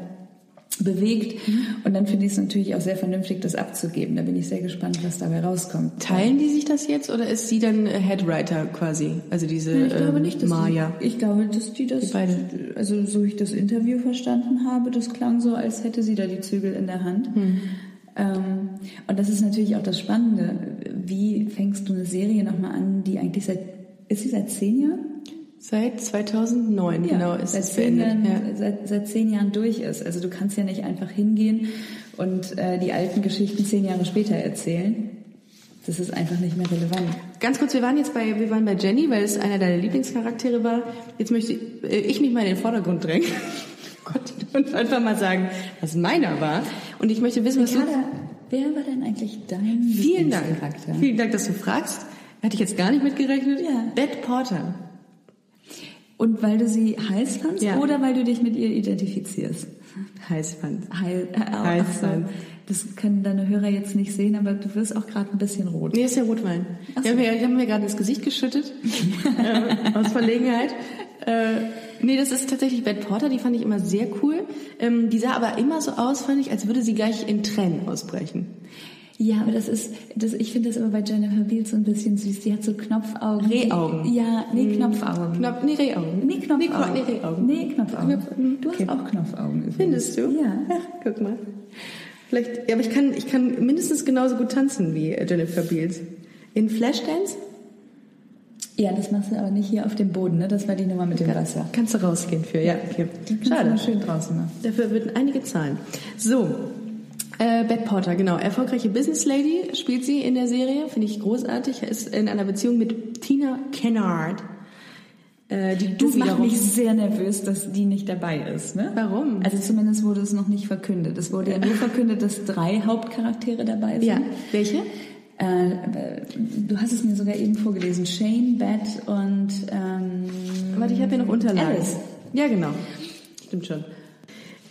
Speaker 3: bewegt.
Speaker 2: Mhm.
Speaker 3: Und dann finde ich es natürlich auch sehr vernünftig, das abzugeben. Da bin ich sehr gespannt, was dabei rauskommt.
Speaker 2: Teilen die sich das jetzt oder ist sie dann äh, Headwriter quasi? Also diese
Speaker 3: Nein, ich glaube
Speaker 2: ähm,
Speaker 3: nicht, dass
Speaker 2: Maya.
Speaker 3: Die, ich glaube, dass die das.
Speaker 2: Die beide.
Speaker 3: Also so ich das Interview verstanden habe, das klang so, als hätte sie da die Zügel in der Hand.
Speaker 2: Hm.
Speaker 3: Ähm, und das ist natürlich auch das Spannende. Wie fängst du eine Serie nochmal an, die eigentlich seit ist sie seit zehn Jahren?
Speaker 2: Seit 2009, genau, ist
Speaker 3: seit
Speaker 2: es
Speaker 3: zehn
Speaker 2: beendet.
Speaker 3: Jahren,
Speaker 2: Ja.
Speaker 3: seit, seit zehn Jahren durch ist. Also du kannst ja nicht einfach hingehen und äh, die alten Geschichten zehn Jahre später erzählen. Das ist einfach nicht mehr relevant.
Speaker 2: Ganz kurz, wir waren jetzt bei, wir waren bei Jenny, weil es einer deiner Lieblingscharaktere war. Jetzt möchte ich, äh, ich mich mal in den Vordergrund drängen. Oh Gott, und einfach mal sagen, was meiner war. Und ich möchte wissen, was du...
Speaker 3: Ricarda, wer war denn eigentlich dein
Speaker 2: Vielen Dank.
Speaker 3: Lieblingscharakter?
Speaker 2: Vielen Dank, dass du fragst. Hätte ich jetzt gar nicht mitgerechnet.
Speaker 3: Ja.
Speaker 2: Beth Porter.
Speaker 3: Und weil du sie heiß fandst
Speaker 2: Ja.
Speaker 3: oder weil du dich mit ihr identifizierst?
Speaker 2: Heiß fand.
Speaker 3: Heil, äh,
Speaker 2: Heiß
Speaker 3: ach so.
Speaker 2: fand.
Speaker 3: Das können deine Hörer jetzt nicht sehen, aber du wirst auch gerade ein bisschen rot.
Speaker 2: Nee, ist ja Rotwein.
Speaker 3: Ach
Speaker 2: Die haben mir, die haben mir gerade ins Gesicht geschüttet. äh, aus Verlegenheit. Äh, nee, das ist tatsächlich Beth Porter, die fand ich immer sehr cool. Ähm, die sah aber immer so aus, fand ich, als würde sie gleich in Tränen ausbrechen.
Speaker 3: Ja, aber das ist, das, ich finde das immer bei Jennifer Beals so ein bisschen süß. Die hat so Knopfaugen.
Speaker 2: Rehaugen.
Speaker 3: Ja, nee, Knopfaugen.
Speaker 2: Knapp, nee, Rehaugen.
Speaker 3: Mhm. nee, Knopfaugen.
Speaker 2: Nee, Rehaugen.
Speaker 3: Nee, Knopfaugen.
Speaker 2: Knopfaugen.
Speaker 3: Du hast
Speaker 2: Okay.
Speaker 3: auch Knopfaugen. übrigens.
Speaker 2: Findest du?
Speaker 3: Ja.
Speaker 2: Ach, guck mal. Vielleicht, ja, aber ich kann, ich kann mindestens genauso gut tanzen wie äh, Jennifer Beals. In Flashdance?
Speaker 3: Ja, das machst du aber nicht hier auf dem Boden, ne? Das war die Nummer mit dem Wasser.
Speaker 2: Kannst du rausgehen für, ja. Okay.
Speaker 3: Kannst du
Speaker 2: Schade.
Speaker 3: mal schön draußen machen.
Speaker 2: Dafür würden einige zahlen. So. Äh, Beth Porter, genau. Erfolgreiche Business Lady spielt sie in der Serie. Finde ich großartig. Ist in einer Beziehung mit Tina Kennard. Äh, die du
Speaker 3: Das macht
Speaker 2: wiederum-
Speaker 3: mich sehr nervös, dass die nicht dabei ist. Ne?
Speaker 2: Warum?
Speaker 3: Also zumindest wurde es noch nicht verkündet. Es wurde ja nur verkündet, dass drei Hauptcharaktere dabei sind.
Speaker 2: Ja. Welche?
Speaker 3: Äh, äh, du hast es mir sogar eben vorgelesen. Shane, Bat und ähm,
Speaker 2: Warte, ich habe hier noch Unterlagen.
Speaker 3: Alice.
Speaker 2: Ja, genau. Stimmt schon.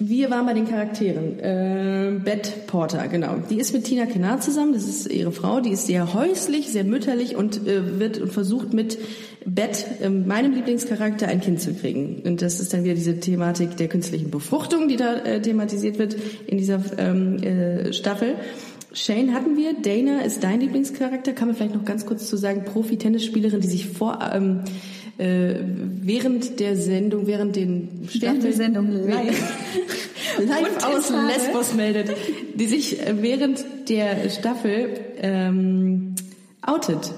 Speaker 2: Wir waren bei den Charakteren. Äh, Beth Porter, genau. Die ist mit Tina Kennard zusammen, das ist ihre Frau. Die ist sehr häuslich, sehr mütterlich und äh, wird und versucht mit Beth, ähm, meinem Lieblingscharakter, ein Kind zu kriegen. Und das ist dann wieder diese Thematik der künstlichen Befruchtung, die da äh, thematisiert wird in dieser ähm, äh, Staffel. Shane hatten wir, Dana ist dein Lieblingscharakter. Kann man vielleicht noch ganz kurz zu sagen, Profi-Tennisspielerin, die sich vor ähm, äh, während der Sendung, während den
Speaker 3: Während der Sendung live.
Speaker 2: live
Speaker 3: Und
Speaker 2: aus
Speaker 3: in Farbe.
Speaker 2: Lesbos meldet, die sich äh, während der Staffel ähm, outet.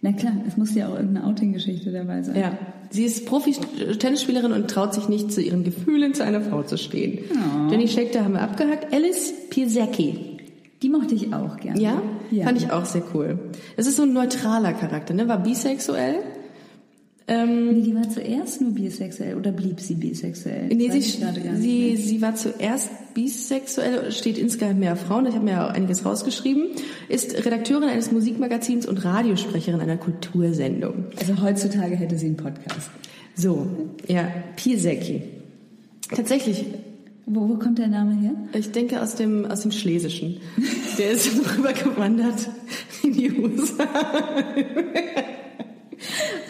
Speaker 3: Na klar, es muss ja auch irgendeine Outing-Geschichte dabei sein.
Speaker 2: Ja. Sie ist Profi-Tennisspielerin und traut sich nicht, zu ihren Gefühlen zu einer Frau zu stehen.
Speaker 3: Oh.
Speaker 2: Jenny Scheck, da haben wir abgehakt. Alice Piasecki.
Speaker 3: Die mochte ich auch gerne.
Speaker 2: Ja?
Speaker 3: ja.
Speaker 2: Fand ich auch sehr cool. Das ist so ein neutraler Charakter, ne? War bisexuell. Ähm,
Speaker 3: Nee, die war zuerst nur bisexuell oder blieb sie bisexuell?
Speaker 2: Nee,
Speaker 3: Das
Speaker 2: sie,
Speaker 3: weiß ich gerade gar nicht
Speaker 2: sie,
Speaker 3: mehr.
Speaker 2: sie war zuerst bisexuell, steht insgeheim mehr auf Frauen, ich habe mir ja auch einiges rausgeschrieben, ist Redakteurin eines Musikmagazins und Radiosprecherin einer Kultursendung.
Speaker 3: Also heutzutage hätte sie einen Podcast.
Speaker 2: So, ja, Piesecki. Tatsächlich,
Speaker 3: Wo, wo kommt der Name her?
Speaker 2: Ich denke aus dem, aus dem Schlesischen. Der ist dann rübergewandert in die USA.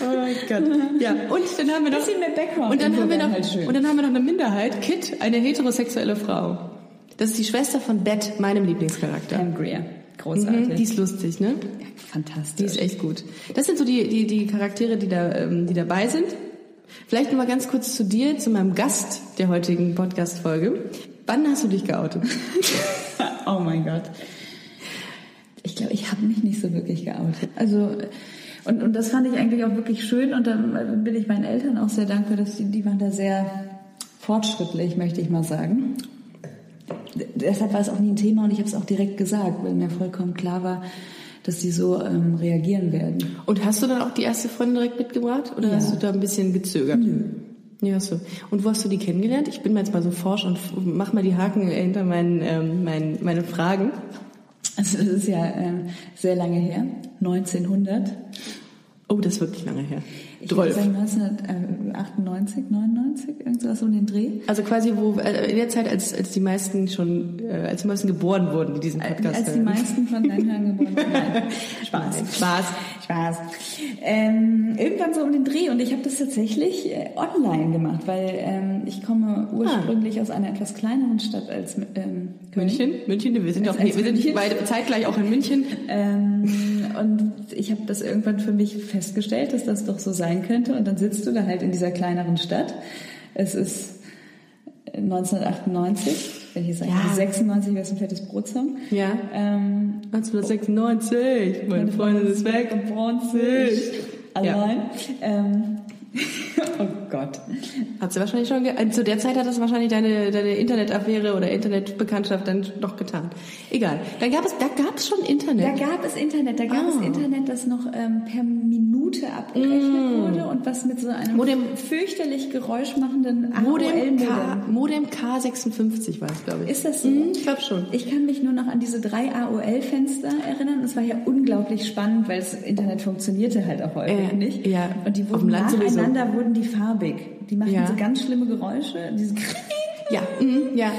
Speaker 2: Oh Gott. Ja, und dann haben wir noch,
Speaker 3: Bisschen mehr Background.
Speaker 2: und dann haben wir noch,
Speaker 3: Halt schön.
Speaker 2: und dann haben wir noch eine Minderheit, Kit, eine heterosexuelle Frau. Das ist die Schwester von Beth, meinem Lieblingscharakter.
Speaker 3: Pam Greer. Großartig.
Speaker 2: Mhm, die ist lustig, ne?
Speaker 3: fantastisch.
Speaker 2: Die ist echt gut. Das sind so die, die, die Charaktere, die, da, ähm, die dabei sind. Vielleicht noch mal ganz kurz zu dir, zu meinem Gast der heutigen Podcast-Folge. Wann hast du dich geoutet?
Speaker 3: oh mein Gott. Ich glaube, ich habe mich nicht so wirklich geoutet. Also, und, und das fand ich eigentlich auch wirklich schön und da bin ich meinen Eltern auch sehr dankbar, dass die, die waren da sehr fortschrittlich, möchte ich mal sagen. D- Deshalb war es auch nie ein Thema und ich habe es auch direkt gesagt, weil mir vollkommen klar war, dass die so ähm, reagieren werden.
Speaker 2: Und hast du dann auch die erste Freundin direkt mitgebracht? Oder
Speaker 3: Ja.
Speaker 2: hast du da ein bisschen gezögert? Nö. Ja, so. Und wo hast du die kennengelernt? Ich bin mal jetzt mal so forsch und f- mach mal die Haken hinter meinen, ähm, meinen, meine Fragen.
Speaker 3: Also das ist ja ähm, sehr lange her, 1900.
Speaker 2: Oh, das ist wirklich lange her.
Speaker 3: Ich würde
Speaker 2: Drolf.
Speaker 3: sagen 1998, 99, irgendwas um den Dreh.
Speaker 2: Also quasi wo äh, in der Zeit, als, als die meisten schon, äh, als die meisten geboren wurden, die diesen Podcast
Speaker 3: Als die
Speaker 2: hören.
Speaker 3: meisten von deinen Hörern geboren sind. Nein. Spaß.
Speaker 2: Spaß.
Speaker 3: Spaß. Ähm, irgendwann so um den Dreh und ich habe das tatsächlich äh, online gemacht, weil ähm, ich komme ursprünglich aus einer etwas kleineren Stadt als ähm, Köln.
Speaker 2: München, Mhm. München, wir sind,
Speaker 3: Als-
Speaker 2: auch, wir
Speaker 3: als
Speaker 2: sind
Speaker 3: München.
Speaker 2: beide zeitgleich auch in München.
Speaker 3: Ähm, und ich habe das irgendwann für mich festgestellt, dass das doch so sein könnte. Und dann sitzt du da halt in dieser kleineren Stadt. Es ist äh, 1998, wenn ich jetzt sage,
Speaker 2: Ja.
Speaker 3: 96 wäre es ein fettes Brotsong.
Speaker 2: Ja.
Speaker 3: Ähm,
Speaker 2: 1996, meine Freundin ist weg.
Speaker 3: und wohnt
Speaker 2: sich.
Speaker 3: sich
Speaker 2: Ja.
Speaker 3: allein. Ähm, oh Gott.
Speaker 2: Hat sie wahrscheinlich schon, ge äh, zu der Zeit hat das wahrscheinlich deine, deine Internetaffäre oder Internetbekanntschaft dann noch getan. Egal. Da gab es, da gab es schon
Speaker 3: Da
Speaker 2: Internet.
Speaker 3: gab es Internet, da gab
Speaker 2: Ah.
Speaker 3: es Internet, das noch ähm, per Minute abgerechnet wurde und was mit so einem
Speaker 2: Mm. Modem-
Speaker 3: fürchterlich geräuschmachenden AOL
Speaker 2: Modem, K,
Speaker 3: Modem.
Speaker 2: Modem K56 war es, glaube ich.
Speaker 3: Ist das so?
Speaker 2: Mhm, ich glaube schon.
Speaker 3: Ich kann mich nur noch an diese drei AOL-Fenster erinnern. Es war ja unglaublich spannend, weil das Internet funktionierte halt auch häufig
Speaker 2: Äh,
Speaker 3: nicht.
Speaker 2: ja.
Speaker 3: Und die
Speaker 2: Auf dem
Speaker 3: wurden
Speaker 2: Land sowieso.
Speaker 3: nacheinander wurden die farbig. Die machten
Speaker 2: Ja.
Speaker 3: so ganz schlimme Geräusche. Diese
Speaker 2: Ja, mhm, ja.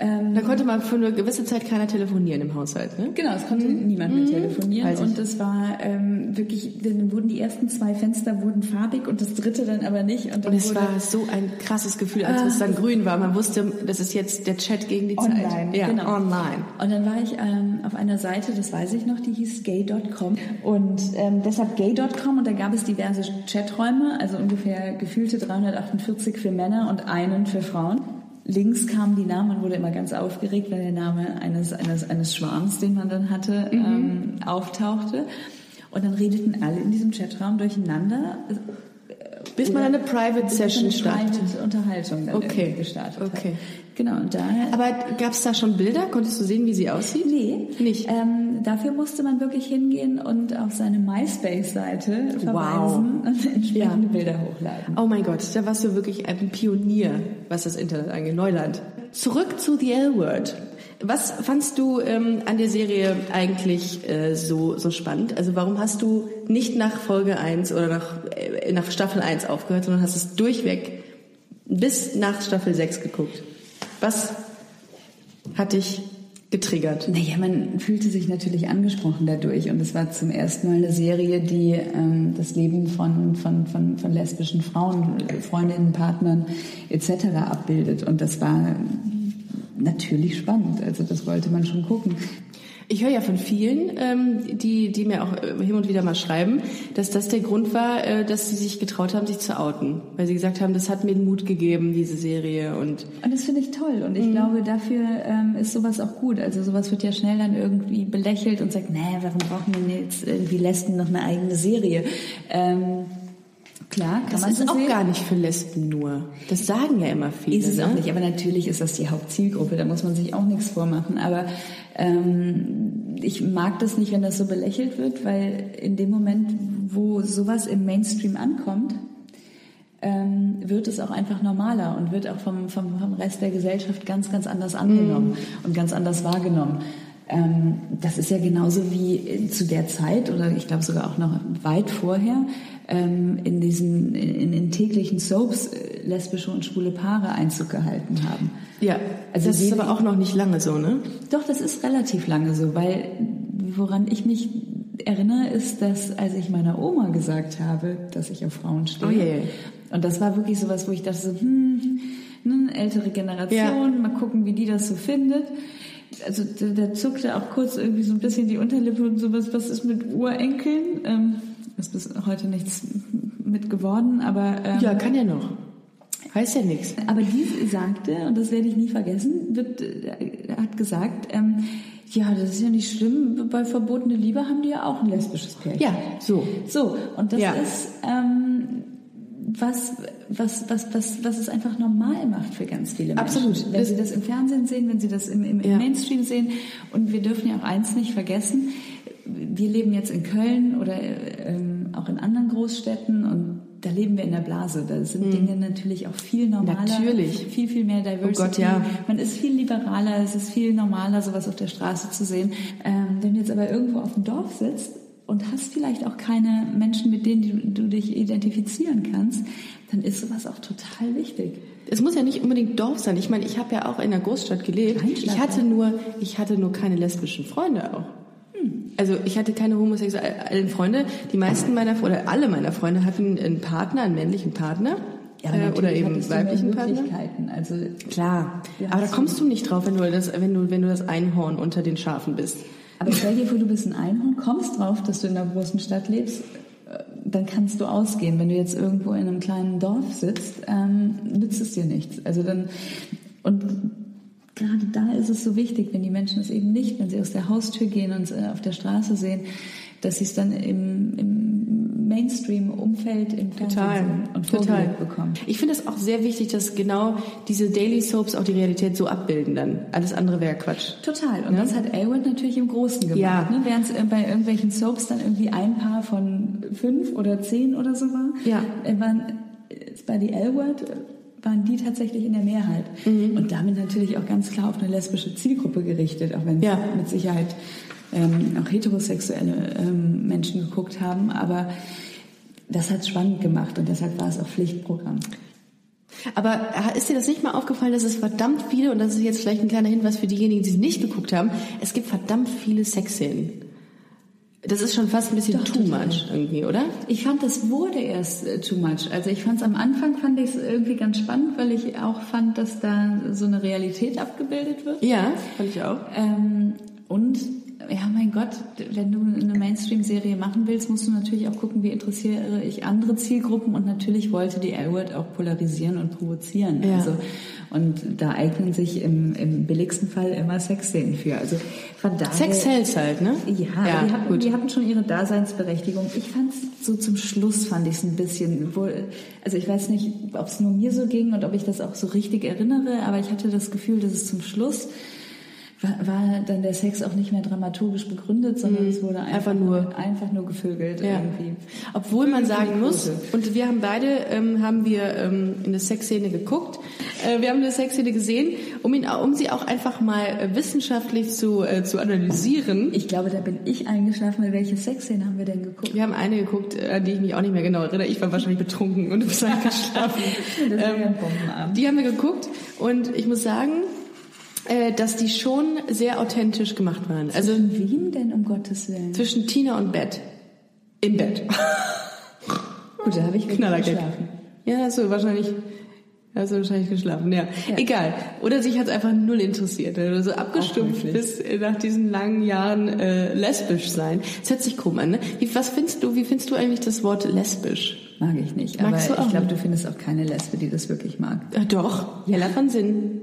Speaker 3: ähm,
Speaker 2: Da konnte man für eine gewisse Zeit keiner telefonieren im Haushalt, ne?
Speaker 3: Genau, es konnte niemand mehr telefonieren
Speaker 2: Mhm. Weiß ich.
Speaker 3: und es war ähm, wirklich, dann wurden die ersten zwei Fenster wurden farbig und das dritte dann aber nicht und dann
Speaker 2: Und es
Speaker 3: wurde Ah.
Speaker 2: war so ein krasses Gefühl, als es dann grün war. Man wusste, das ist jetzt der Chat gegen die
Speaker 3: online.
Speaker 2: Zeit. Ja,
Speaker 3: genau.
Speaker 2: online.
Speaker 3: Und dann war ich ähm, auf einer Seite, das weiß ich noch, die hieß gay.com und ähm, deshalb gay.com und da gab es diverse Chaträume, also ungefähr gefühlte 348 für Männer und einen für Frauen. Links kamen die Namen, man wurde immer ganz aufgeregt, weil der Name eines, eines, eines Schwarms, den man dann hatte,
Speaker 2: Mhm.
Speaker 3: ähm, auftauchte. Und dann redeten alle in diesem Chatraum durcheinander.
Speaker 2: Bis man eine Private Session
Speaker 3: Eine
Speaker 2: startet.
Speaker 3: private Unterhaltung dann
Speaker 2: Okay.
Speaker 3: irgendwie gestartet
Speaker 2: Okay.
Speaker 3: Hat. Genau, und daher
Speaker 2: Aber gab es da schon Bilder? Konntest du sehen, wie sie aussieht?
Speaker 3: Nee,
Speaker 2: Nicht?
Speaker 3: Ähm, dafür musste man wirklich hingehen und auf seine MySpace-Seite verweisen und entsprechende
Speaker 2: Ja.
Speaker 3: Bilder hochladen.
Speaker 2: Oh mein Gott, da warst du wirklich ein Pionier, was das Internet angeht, Neuland. Zurück zu The L-Word. Was fandst du ähm, an der Serie eigentlich äh, so, so spannend? Also warum hast du nicht nach Folge 1 oder nach, äh, nach Staffel 1 aufgehört, sondern hast es durchweg bis nach Staffel 6 geguckt? Was hat dich getriggert?
Speaker 3: Naja, man fühlte sich natürlich angesprochen dadurch und es war zum ersten Mal eine Serie, die ähm, das Leben von, von, von, von lesbischen Frauen, Freundinnen, Partnern etc. abbildet und das war ähm, natürlich spannend, also das wollte man schon gucken.
Speaker 2: Ich höre ja von vielen, ähm, die, die mir auch äh, hin und wieder mal schreiben, dass das der Grund war, äh, dass sie sich getraut haben, sich zu outen. Weil sie gesagt haben, das hat mir den Mut gegeben, diese Serie. Und
Speaker 3: Und das finde ich toll. Und ich
Speaker 2: Mhm.
Speaker 3: glaube, dafür ähm, ist sowas auch gut. Also sowas wird ja schnell dann irgendwie belächelt und sagt, nee, warum brauchen wir denn jetzt irgendwie Lesben noch eine eigene Serie? Ähm, klar, kann
Speaker 2: das
Speaker 3: man
Speaker 2: ist
Speaker 3: so
Speaker 2: auch
Speaker 3: sehen.
Speaker 2: gar nicht für Lesben nur. Das sagen ja immer viele.
Speaker 3: Ist es
Speaker 2: ne?
Speaker 3: auch nicht, aber natürlich ist das die Hauptzielgruppe, da muss man sich auch nichts vormachen. Aber ähm, ich mag das nicht, wenn das so belächelt wird, weil in dem Moment, wo sowas im Mainstream ankommt, ähm, wird es auch einfach normaler und wird auch vom, vom, vom Rest der Gesellschaft ganz, ganz anders angenommen und ganz anders wahrgenommen. ähm, das ist ja genauso wie zu der Zeit oder ich glaube sogar auch noch weit vorher ähm, in diesen in, in täglichen Soaps äh, lesbische und schwule Paare Einzug gehalten haben.
Speaker 2: Ja, also das ist
Speaker 3: jede-
Speaker 2: aber auch noch nicht lange so, ne?
Speaker 3: Doch, das ist relativ lange so, weil woran ich mich erinnere, ist, dass als ich meiner Oma gesagt habe, dass ich auf Frauen stehe.
Speaker 2: Oh je.
Speaker 3: Und das war wirklich sowas, wo ich dachte, so, hm, eine ältere Generation,
Speaker 2: Ja.
Speaker 3: mal gucken, wie die das so findet. Also da, da zuckte auch kurz irgendwie so ein bisschen die Unterlippe und sowas, was ist mit Urenkeln? Ähm, ist bis heute nichts mit geworden, aber... Ähm,
Speaker 2: Ja, kann ja noch. Heißt ja nichts.
Speaker 3: aber die sagte, und das werde ich nie vergessen, wird, äh, hat gesagt, ähm, ja, das ist ja nicht schlimm, bei verbotene Liebe haben die ja auch ein lesbisches Pärchen.
Speaker 2: Ja, so.
Speaker 3: So, und das
Speaker 2: Ja.
Speaker 3: ist ähm, was, was, was, was, was es einfach normal macht für ganz viele Menschen.
Speaker 2: Absolut.
Speaker 3: Wenn
Speaker 2: Das-
Speaker 3: sie das im Fernsehen sehen, wenn sie das im, im, im
Speaker 2: Ja.
Speaker 3: Mainstream sehen. Und wir dürfen ja auch eins nicht vergessen. Wir leben jetzt in Köln oder äh, ähm, auch in anderen Großstädten und da leben wir in der Blase. Da sind Dinge natürlich auch viel normaler.
Speaker 2: Hm. Natürlich.
Speaker 3: Viel, viel mehr Diversity.
Speaker 2: Gott, ja.
Speaker 3: Man ist viel liberaler, es ist viel normaler, sowas auf der Straße zu sehen. Ähm, wenn du jetzt aber irgendwo auf dem Dorf sitzt und hast vielleicht auch keine Menschen, mit denen du, du dich identifizieren kannst, dann ist sowas auch total wichtig.
Speaker 2: Es muss ja nicht unbedingt Dorf sein. Ich meine, ich habe ja auch in einer Großstadt gelebt.
Speaker 3: Kleinstadt,
Speaker 2: Ich hatte nur, ich hatte nur keine lesbischen Freunde auch. Also ich hatte keine homosexuellen Freunde. Die meisten meiner oder alle meiner Freunde hatten einen Partner, einen männlichen Partner äh, oder eben weiblichen Partner.
Speaker 3: Möglichkeiten. Also
Speaker 2: Klar,
Speaker 3: Ja,
Speaker 2: aber da
Speaker 3: so.
Speaker 2: kommst du nicht drauf, wenn du das, wenn du, wenn du das Einhorn unter den Schafen bist.
Speaker 3: Aber stell dir vor, du bist ein Einhorn, kommst drauf, dass du in einer großen Stadt lebst, äh, dann kannst du ausgehen. Wenn du jetzt irgendwo in einem kleinen Dorf sitzt, ähm, nützt es dir nichts. Also dann, und gerade da ist es so wichtig, wenn die Menschen es eben nicht, wenn sie aus der Haustür gehen und es, äh, auf der Straße sehen, dass sie es dann im, im Mainstream-Umfeld, im
Speaker 2: Total.
Speaker 3: Fernsehen sehen und
Speaker 2: Total.
Speaker 3: vorgelegt bekommen.
Speaker 2: Ich finde es auch sehr wichtig, dass genau diese Daily Soaps auch die Realität so abbilden dann. Alles andere wäre Quatsch.
Speaker 3: Total. Und das hat Elwood natürlich im Großen gemacht.
Speaker 2: Ja.
Speaker 3: Ne? Während es bei irgendwelchen Soaps dann irgendwie ein Paar von fünf oder zehn oder so war,
Speaker 2: Ja.
Speaker 3: äh, waren äh, bei die Elwood äh, waren die tatsächlich in der Mehrheit.
Speaker 2: Mhm.
Speaker 3: Und damit natürlich auch ganz klar auf eine lesbische Zielgruppe gerichtet, auch wenn
Speaker 2: Ja.
Speaker 3: mit Sicherheit ähm, auch heterosexuelle ähm, Menschen geguckt haben. Aber das hat spannend gemacht und deshalb war es auch Pflichtprogramm.
Speaker 2: Aber ist dir das nicht mal aufgefallen, dass es verdammt viele, und das ist jetzt vielleicht ein kleiner Hinweis für diejenigen, die es nicht geguckt haben, es gibt verdammt viele Sexszenen. Das ist schon fast ein bisschen
Speaker 3: Doch,
Speaker 2: too
Speaker 3: total.
Speaker 2: much irgendwie, oder?
Speaker 3: Ich fand, das wurde erst äh, too much. Also ich fand es am Anfang fand ich es irgendwie ganz spannend, weil ich auch fand, dass da so eine Realität abgebildet wird.
Speaker 2: Ja, fand ich auch.
Speaker 3: Ähm, und ja, mein Gott, wenn du eine Mainstream-Serie machen willst, musst du natürlich auch gucken, wie interessiere ich andere Zielgruppen. Und natürlich wollte die L-Word auch polarisieren und provozieren.
Speaker 2: Ja.
Speaker 3: Also, und da eignen sich im, im billigsten Fall immer Sexszenen für. Also von daher
Speaker 2: Sex sells halt, ne?
Speaker 3: ja, aber die, hatten, die hatten schon ihre Daseinsberechtigung. Ich fand es so zum Schluss, fand ich es ein bisschen, wohl, also ich weiß nicht, ob es nur mir so ging und ob ich das auch so richtig erinnere, aber ich hatte das Gefühl, dass es zum Schluss war, war dann der Sex auch nicht mehr dramaturgisch begründet, sondern es wurde einfach,
Speaker 2: Mhm. einfach nur-
Speaker 3: einfach nur gevögelt
Speaker 2: Ja.
Speaker 3: irgendwie.
Speaker 2: Obwohl man sagen
Speaker 3: die
Speaker 2: muss,
Speaker 3: Quote.
Speaker 2: und wir haben beide, ähm, haben wir ähm, in der Sexszene geguckt, äh, wir haben eine Sexszene gesehen, um, ihn, um sie auch einfach mal äh, wissenschaftlich zu, äh, zu analysieren.
Speaker 3: Ich glaube, da bin ich eingeschlafen, weil welche Sexszene haben wir denn geguckt?
Speaker 2: Wir haben eine geguckt, äh, an die ich mich auch nicht mehr genau erinnere. Ich war wahrscheinlich betrunken und du bist eingeschlafen. Ähm,
Speaker 3: Das war ja ein Bombenabend.
Speaker 2: Die haben wir geguckt und ich muss sagen, äh, dass die schon sehr authentisch gemacht waren. Also
Speaker 3: Zwischen wem denn, um Gottes Willen?
Speaker 2: zwischen Tina und Bett. Im Bett.
Speaker 3: Gut, da habe ich wirklich
Speaker 2: Knallergag.
Speaker 3: geschlafen.
Speaker 2: Ja, hast du wahrscheinlich, hast du wahrscheinlich geschlafen, ja.
Speaker 3: Ja.
Speaker 2: Egal. Oder sich hat es einfach null interessiert, wenn du so abgestumpft
Speaker 3: möglich.
Speaker 2: bist äh, nach diesen langen Jahren äh, lesbisch sein. Das hört sich komisch an, ne? Wie, was findest du, wie findest du eigentlich das Wort lesbisch?
Speaker 3: Mag ich nicht.
Speaker 2: Magst
Speaker 3: aber
Speaker 2: du auch
Speaker 3: ich glaube,
Speaker 2: nicht?
Speaker 3: du findest auch keine Lesbe, die das wirklich mag.
Speaker 2: Ja, Äh, doch. Hella von Sinn.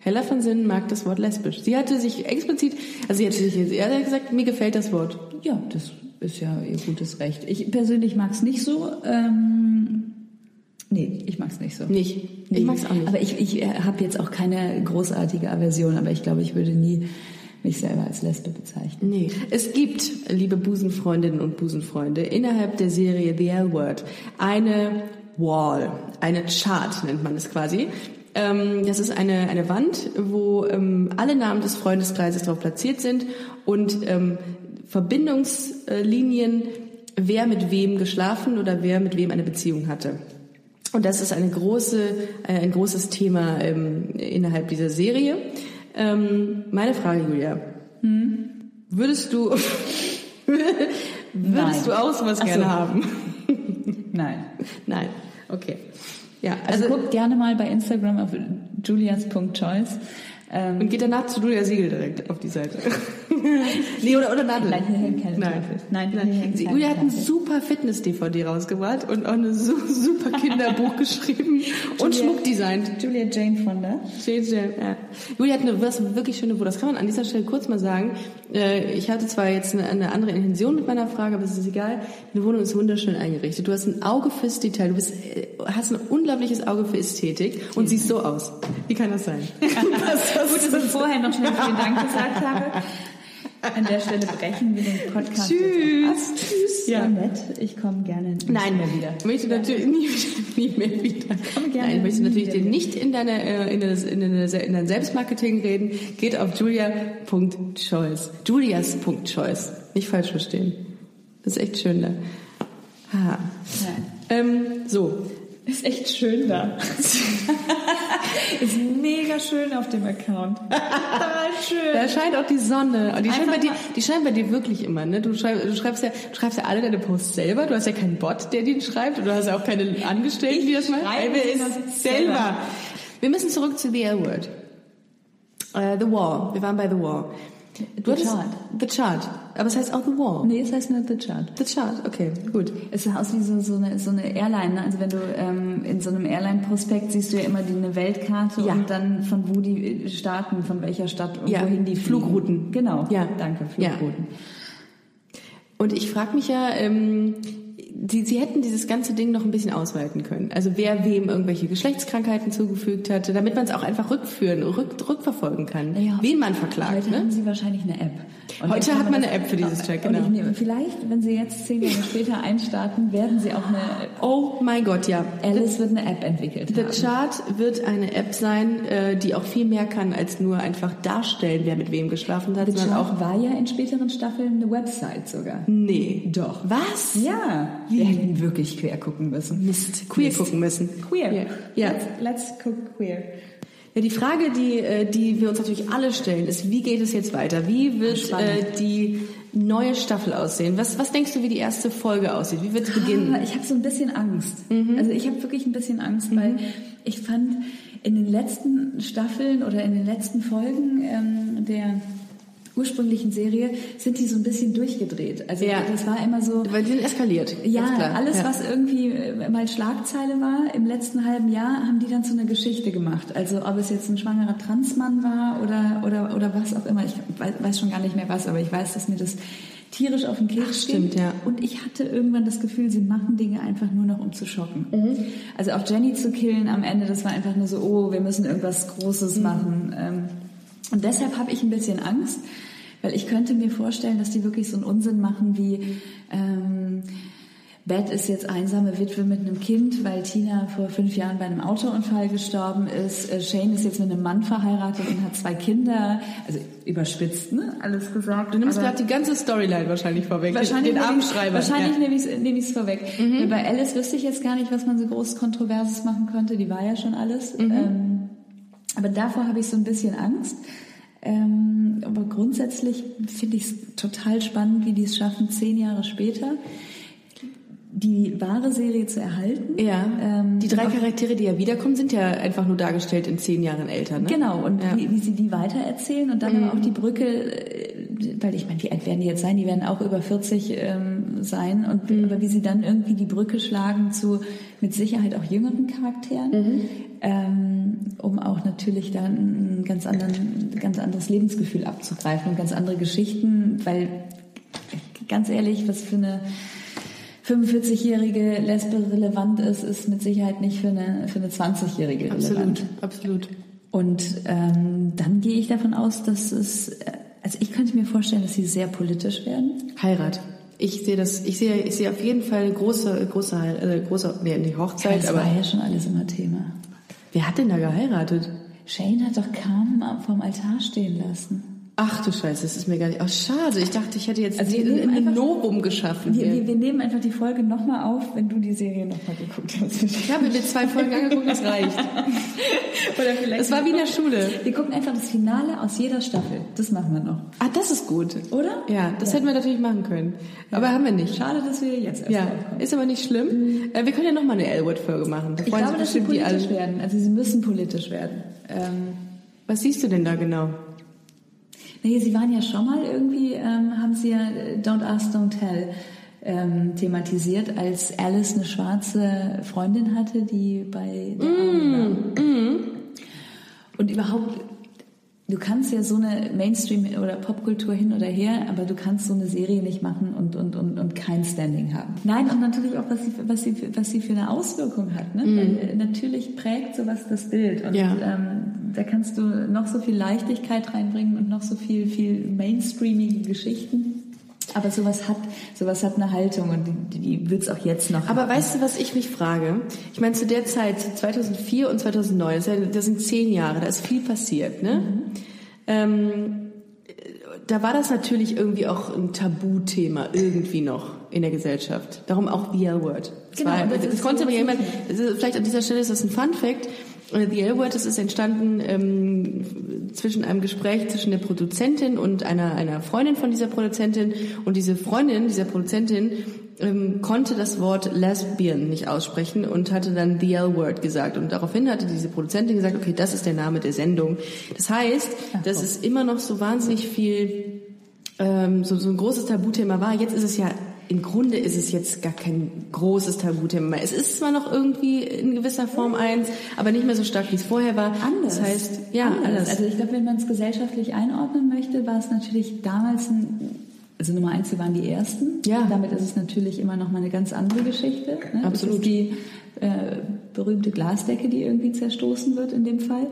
Speaker 2: Hella von Sinn mag das Wort lesbisch. Sie hatte sich explizit, also sie hatte sich, sie hat gesagt, mir gefällt das Wort.
Speaker 3: Ja, das ist ja ihr gutes Recht. Ich persönlich mag es nicht so. Ähm, nee, ich mag es nicht so.
Speaker 2: Nicht.
Speaker 3: Nee.
Speaker 2: Ich mag's auch nicht.
Speaker 3: Aber ich, ich habe jetzt auch keine großartige Aversion, aber ich glaube, ich würde nie mich selber als Lesbe bezeichnen.
Speaker 2: Nee. Es gibt, liebe Busenfreundinnen und Busenfreunde, innerhalb der Serie The L Word eine Wall, eine Chart nennt man es quasi. Ähm, das ist eine, eine Wand, wo ähm, alle Namen des Freundeskreises drauf platziert sind und ähm, Verbindungslinien, wer mit wem geschlafen oder wer mit wem eine Beziehung hatte. Und das ist eine große, äh, ein großes Thema ähm, innerhalb dieser Serie. Ähm, meine Frage, Julia.
Speaker 3: Hm?
Speaker 2: Würdest du, würdest
Speaker 3: Nein.
Speaker 2: du auch sowas
Speaker 3: Ach
Speaker 2: gerne
Speaker 3: so.
Speaker 2: haben?
Speaker 3: Nein.
Speaker 2: Nein. Okay. Ja,
Speaker 3: Also,
Speaker 2: also,
Speaker 3: guckt gerne mal bei Instagram auf julias.choice. Ähm,
Speaker 2: und geht danach zu Julia Siegel direkt auf die Seite. nee, oder, oder Nadel.
Speaker 3: Nein, hier hängt keine
Speaker 2: Nein.
Speaker 3: Tafel.
Speaker 2: Nein,
Speaker 3: Nein, hier hängt
Speaker 2: Sie,
Speaker 3: keine
Speaker 2: Julia hat ein
Speaker 3: Tafel.
Speaker 2: super Fitness-DVD rausgebracht und auch ein su super Kinderbuch geschrieben und
Speaker 3: Julia-
Speaker 2: Schmuck designt.
Speaker 3: Julia Jane Fonda.
Speaker 2: JJ, ja. Julia hat eine was wirklich schöne Wut. Das kann man an dieser Stelle kurz mal sagen. Äh, Ich hatte zwar jetzt eine, eine andere Intention mit meiner Frage, aber es ist egal. Deine Wohnung ist wunderschön eingerichtet. Du hast ein Auge fürs Detail. Du bist, äh, hast ein unglaubliches Auge für Ästhetik und siehst so aus. Wie kann das sein?
Speaker 3: Gut, dass ich vorher noch schnell vielen Dank gesagt habe. An der Stelle brechen wir den Podcast.
Speaker 2: Tschüss.
Speaker 3: Tschüss. Ja. nett. Ich komme gerne. nicht
Speaker 2: Nein,
Speaker 3: mehr wieder.
Speaker 2: Ich möchte natürlich nie, nie mehr wieder.
Speaker 3: Komm gerne
Speaker 2: Nein, ich möchte
Speaker 3: nie
Speaker 2: natürlich
Speaker 3: wieder.
Speaker 2: dir nicht in deine, äh, in, deine, in, deine, in dein Selbstmarketing reden. Geht auf julia.choice. Julias.choice. Nicht falsch verstehen. Das ist echt schön da. Ha.
Speaker 3: Nein.
Speaker 2: Ähm, so.
Speaker 3: Ist echt schön da. ist mega schön auf dem Account. Total schön.
Speaker 2: Da scheint auch die Sonne. Und die, scheint
Speaker 3: Einfach
Speaker 2: bei dir,
Speaker 3: mal-
Speaker 2: die scheint bei dir wirklich immer. Ne? Du, schreib, du, schreibst ja, du schreibst ja alle deine Posts selber. Du hast ja keinen Bot, der den schreibt. Und du hast ja auch keine Angestellten, die das machen.
Speaker 3: schreibe
Speaker 2: Ey, wer
Speaker 3: immer
Speaker 2: ist
Speaker 3: selber.
Speaker 2: selber. Wir müssen zurück zu The L-Word. Äh, the Wall. Wir waren bei The Wall.
Speaker 3: The Chart.
Speaker 2: The Chart. Aber es heißt auch The Wall.
Speaker 3: Nee, es heißt nur The Chart.
Speaker 2: The Chart, okay, gut.
Speaker 3: Es sah aus wie so, so, eine, so eine Airline. Ne? Also wenn du ähm, in so einem Airline-Prospekt siehst du ja immer die, eine Weltkarte
Speaker 2: Ja.
Speaker 3: und dann von wo die äh, starten, von welcher Stadt und
Speaker 2: Ja,
Speaker 3: wohin die fliegen.
Speaker 2: Flugrouten.
Speaker 3: Genau.
Speaker 2: Ja.
Speaker 3: Danke,
Speaker 2: Ja.
Speaker 3: Flugrouten.
Speaker 2: Und ich frage mich ja, ähm, die, sie hätten dieses ganze Ding noch ein bisschen ausweiten können. Also wer wem irgendwelche Geschlechtskrankheiten zugefügt hatte, damit man es auch einfach rückführen, rück, rückverfolgen kann,
Speaker 3: Naja,
Speaker 2: wen man verklagt.
Speaker 3: Heute
Speaker 2: Ne?
Speaker 3: haben sie wahrscheinlich eine App. Und
Speaker 2: Heute
Speaker 3: dann kann
Speaker 2: hat man
Speaker 3: das-
Speaker 2: eine App für dieses Track,
Speaker 3: Und
Speaker 2: genau.
Speaker 3: ich nehme, vielleicht, wenn sie jetzt zehn Jahre später einstarten, werden sie auch eine...
Speaker 2: Oh mein Gott, ja.
Speaker 3: Alice wird eine App entwickelt
Speaker 2: The
Speaker 3: haben.
Speaker 2: Chart wird eine App sein, äh, die auch viel mehr kann, als nur einfach darstellen, wer mit wem geschlafen hat,
Speaker 3: The
Speaker 2: sondern
Speaker 3: Chart
Speaker 2: auch,
Speaker 3: war ja in späteren Staffeln eine Website sogar.
Speaker 2: nee.
Speaker 3: Doch.
Speaker 2: Was?
Speaker 3: Ja. Wir hätten wirklich quer gucken müssen.
Speaker 2: Mist, queer
Speaker 3: Mist.
Speaker 2: gucken müssen.
Speaker 3: Queer.
Speaker 2: Ja. ja.
Speaker 3: Let's, let's cook queer.
Speaker 2: Ja, die Frage, die, äh, die wir uns natürlich alle stellen, ist, wie geht es jetzt weiter? Wie wird
Speaker 3: Spannend.
Speaker 2: äh, die neue Staffel aussehen? Was, was denkst du, wie die erste Folge aussieht? Wie wird es beginnen?
Speaker 3: Ah, ich habe so ein bisschen Angst. Also ich habe wirklich ein bisschen Angst, weil ich fand in den letzten Staffeln oder in den letzten Folgen ähm, der ursprünglichen Serie sind die so ein bisschen durchgedreht. Also
Speaker 2: Ja.
Speaker 3: das war immer so.
Speaker 2: Weil die sind eskaliert. ganz
Speaker 3: Ja,
Speaker 2: klar.
Speaker 3: alles,
Speaker 2: Ja.
Speaker 3: was irgendwie äh, mal Schlagzeile war im letzten halben Jahr, haben die dann zu einer Geschichte gemacht. Also ob es jetzt ein schwangerer Transmann war oder, oder, oder was auch immer. Ich weiß, weiß schon gar nicht mehr was, aber ich weiß, dass mir das tierisch auf den Keks
Speaker 2: stimmt,
Speaker 3: ging.
Speaker 2: ja.
Speaker 3: Und ich hatte irgendwann das Gefühl, sie machen Dinge einfach nur noch, um zu schocken.
Speaker 2: Mhm.
Speaker 3: Also auch Jenny zu killen am Ende, das war einfach nur so, oh, wir müssen irgendwas Großes
Speaker 2: Mhm.
Speaker 3: machen. Ähm, Und deshalb habe ich ein bisschen Angst, weil ich könnte mir vorstellen, dass die wirklich so einen Unsinn machen wie... Ähm, Beth ist jetzt einsame Witwe mit einem Kind, weil Tina vor fünf Jahren bei einem Autounfall gestorben ist. Äh, Shane ist jetzt mit einem Mann verheiratet und hat zwei Kinder. Also überspitzt, ne? Alles gesagt.
Speaker 2: Du nimmst
Speaker 3: aber-
Speaker 2: gerade die ganze Storyline wahrscheinlich vorweg.
Speaker 3: Wahrscheinlich,
Speaker 2: den
Speaker 3: nehme ich's-
Speaker 2: Abendschreiber. Mhm.
Speaker 3: wahrscheinlich nehme ich es vorweg. Weil Bei Alice wüsste ich jetzt gar nicht, was man so groß Kontroverses machen könnte. Die war ja schon alles.
Speaker 2: Mhm.
Speaker 3: Ähm, aber davor habe ich so ein bisschen Angst. Ähm, aber grundsätzlich finde ich es total spannend, wie die es schaffen, zehn Jahre später die wahre Serie zu erhalten.
Speaker 2: Ja. ja.
Speaker 3: Ähm,
Speaker 2: die drei Charaktere, die ja wiederkommen, sind ja einfach nur dargestellt in zehn Jahren älter. Ne?
Speaker 3: Genau, und
Speaker 2: Ja. Mhm.
Speaker 3: wie, wie sie die weitererzählen und dann aber auch die Brücke, äh, weil ich meine, wie alt werden die jetzt sein? Die werden auch über 40 ähm, sein. Und
Speaker 2: Mhm.
Speaker 3: aber wie sie dann irgendwie die Brücke schlagen zu mit Sicherheit auch jüngeren Charakteren,
Speaker 2: Mhm.
Speaker 3: ähm, um auch natürlich dann ein ganz, anderen, ganz anderes Lebensgefühl abzugreifen und ganz andere Geschichten, weil ganz ehrlich, was für eine 45-jährige Lesbe relevant ist, ist mit Sicherheit nicht für eine, für eine 20-jährige relevant.
Speaker 2: Absolut, absolut.
Speaker 3: Und ähm, dann gehe ich davon aus, dass es, äh, also ich könnte mir vorstellen, dass sie sehr politisch werden.
Speaker 2: Heirat. Ich sehe das, ich sehe, ich sehe auf jeden Fall große, große, Heil- äh, große, nee, nicht Hochzeit,
Speaker 3: das
Speaker 2: aber
Speaker 3: war ja schon alles immer Thema.
Speaker 2: Wer hat denn da geheiratet?
Speaker 3: Shane hat doch Carmen am- vom Altar stehen lassen.
Speaker 2: Ach du Scheiße, das ist mir gar nicht. Ach schade, ich dachte, ich hätte jetzt
Speaker 3: Also wir
Speaker 2: die-
Speaker 3: nehmen
Speaker 2: ein
Speaker 3: einfach-
Speaker 2: Novum geschaffen.
Speaker 3: Wir,
Speaker 2: hier.
Speaker 3: wir, wir nehmen einfach die Folge nochmal auf, wenn du die Serie nochmal geguckt hast.
Speaker 2: Ich habe mir zwei Folgen angeguckt, das reicht.
Speaker 3: Oder vielleicht.
Speaker 2: Es war wie in der Schule.
Speaker 3: Wir gucken einfach das Finale aus jeder Staffel. Das machen wir noch.
Speaker 2: Ah, das ist gut.
Speaker 3: Oder?
Speaker 2: Ja, das hätten wir natürlich machen können. Aber haben wir nicht.
Speaker 3: Schade, dass wir jetzt erst
Speaker 2: Ja,
Speaker 3: drauf kommen.
Speaker 2: ist aber nicht schlimm. Äh, wir können ja nochmal eine Elwood-Folge machen. Da
Speaker 3: Ich
Speaker 2: freuen
Speaker 3: glaube, dass
Speaker 2: sich
Speaker 3: sie
Speaker 2: bestimmt die
Speaker 3: politisch
Speaker 2: alle.
Speaker 3: werden. Also sie müssen politisch werden. Ähm,
Speaker 2: Was siehst du denn da genau?
Speaker 3: Nee, sie waren ja schon mal irgendwie, ähm, haben sie ja äh, Don't Ask, Don't Tell ähm, thematisiert, als Alice eine schwarze Freundin hatte, die bei der Armen war. Und überhaupt, du kannst ja so eine Mainstream- oder Popkultur hin oder her, aber du kannst so eine Serie nicht machen und, und, und, und kein Standing haben. Nein, und natürlich auch, was sie, was sie, was sie für eine Auswirkung hat. Ne? Weil, äh, Natürlich prägt sowas das Bild. Und
Speaker 2: Ja.
Speaker 3: ähm, da kannst du noch so viel Leichtigkeit reinbringen und noch so viel, viel mainstreamige Geschichten. Aber sowas hat, sowas hat eine Haltung und die, die wird's auch jetzt noch.
Speaker 2: Aber weißt du, was ich mich frage? Ich meine, zu der Zeit, zu 2004 und 2009, das ist ja- das sind zehn Jahre, da ist viel passiert, ne?
Speaker 3: Mhm.
Speaker 2: Ähm, da war das natürlich irgendwie auch ein Tabuthema irgendwie noch in der Gesellschaft. Darum auch The L-Word. Das
Speaker 3: Genau,
Speaker 2: war,
Speaker 3: und das
Speaker 2: das,
Speaker 3: ist
Speaker 2: konnte aber
Speaker 3: jetzt
Speaker 2: jemand, das ist, also vielleicht an dieser Stelle ist das ein Fun Fact. Äh, The L-Word, das ist entstanden ähm, zwischen einem Gespräch zwischen der Produzentin und einer, einer Freundin von dieser Produzentin. Und diese Freundin dieser Produzentin ähm, konnte das Wort Lesbian nicht aussprechen und hatte dann The L-Word gesagt. Und daraufhin hatte diese Produzentin gesagt, okay, das ist der Name der Sendung. Das heißt, das ist immer noch so wahnsinnig viel ähm, so, so ein großes Tabuthema war. Jetzt ist es ja, im Grunde ist es jetzt gar kein großes Tabuthema mehr. Es ist zwar noch irgendwie in gewisser Form eins, aber nicht mehr so stark, wie es vorher war.
Speaker 3: Hm. anders.
Speaker 2: Das heißt, ja,
Speaker 3: anders.
Speaker 2: anders.
Speaker 3: Also ich glaube, wenn man es gesellschaftlich einordnen möchte, war es natürlich damals ein also Nummer eins, sie waren die ersten.
Speaker 2: Ja.
Speaker 3: Damit ist es natürlich immer noch mal eine ganz andere Geschichte. Ne?
Speaker 2: Absolut.
Speaker 3: Das ist die äh, berühmte Glasdecke, die irgendwie zerstoßen wird in dem Fall.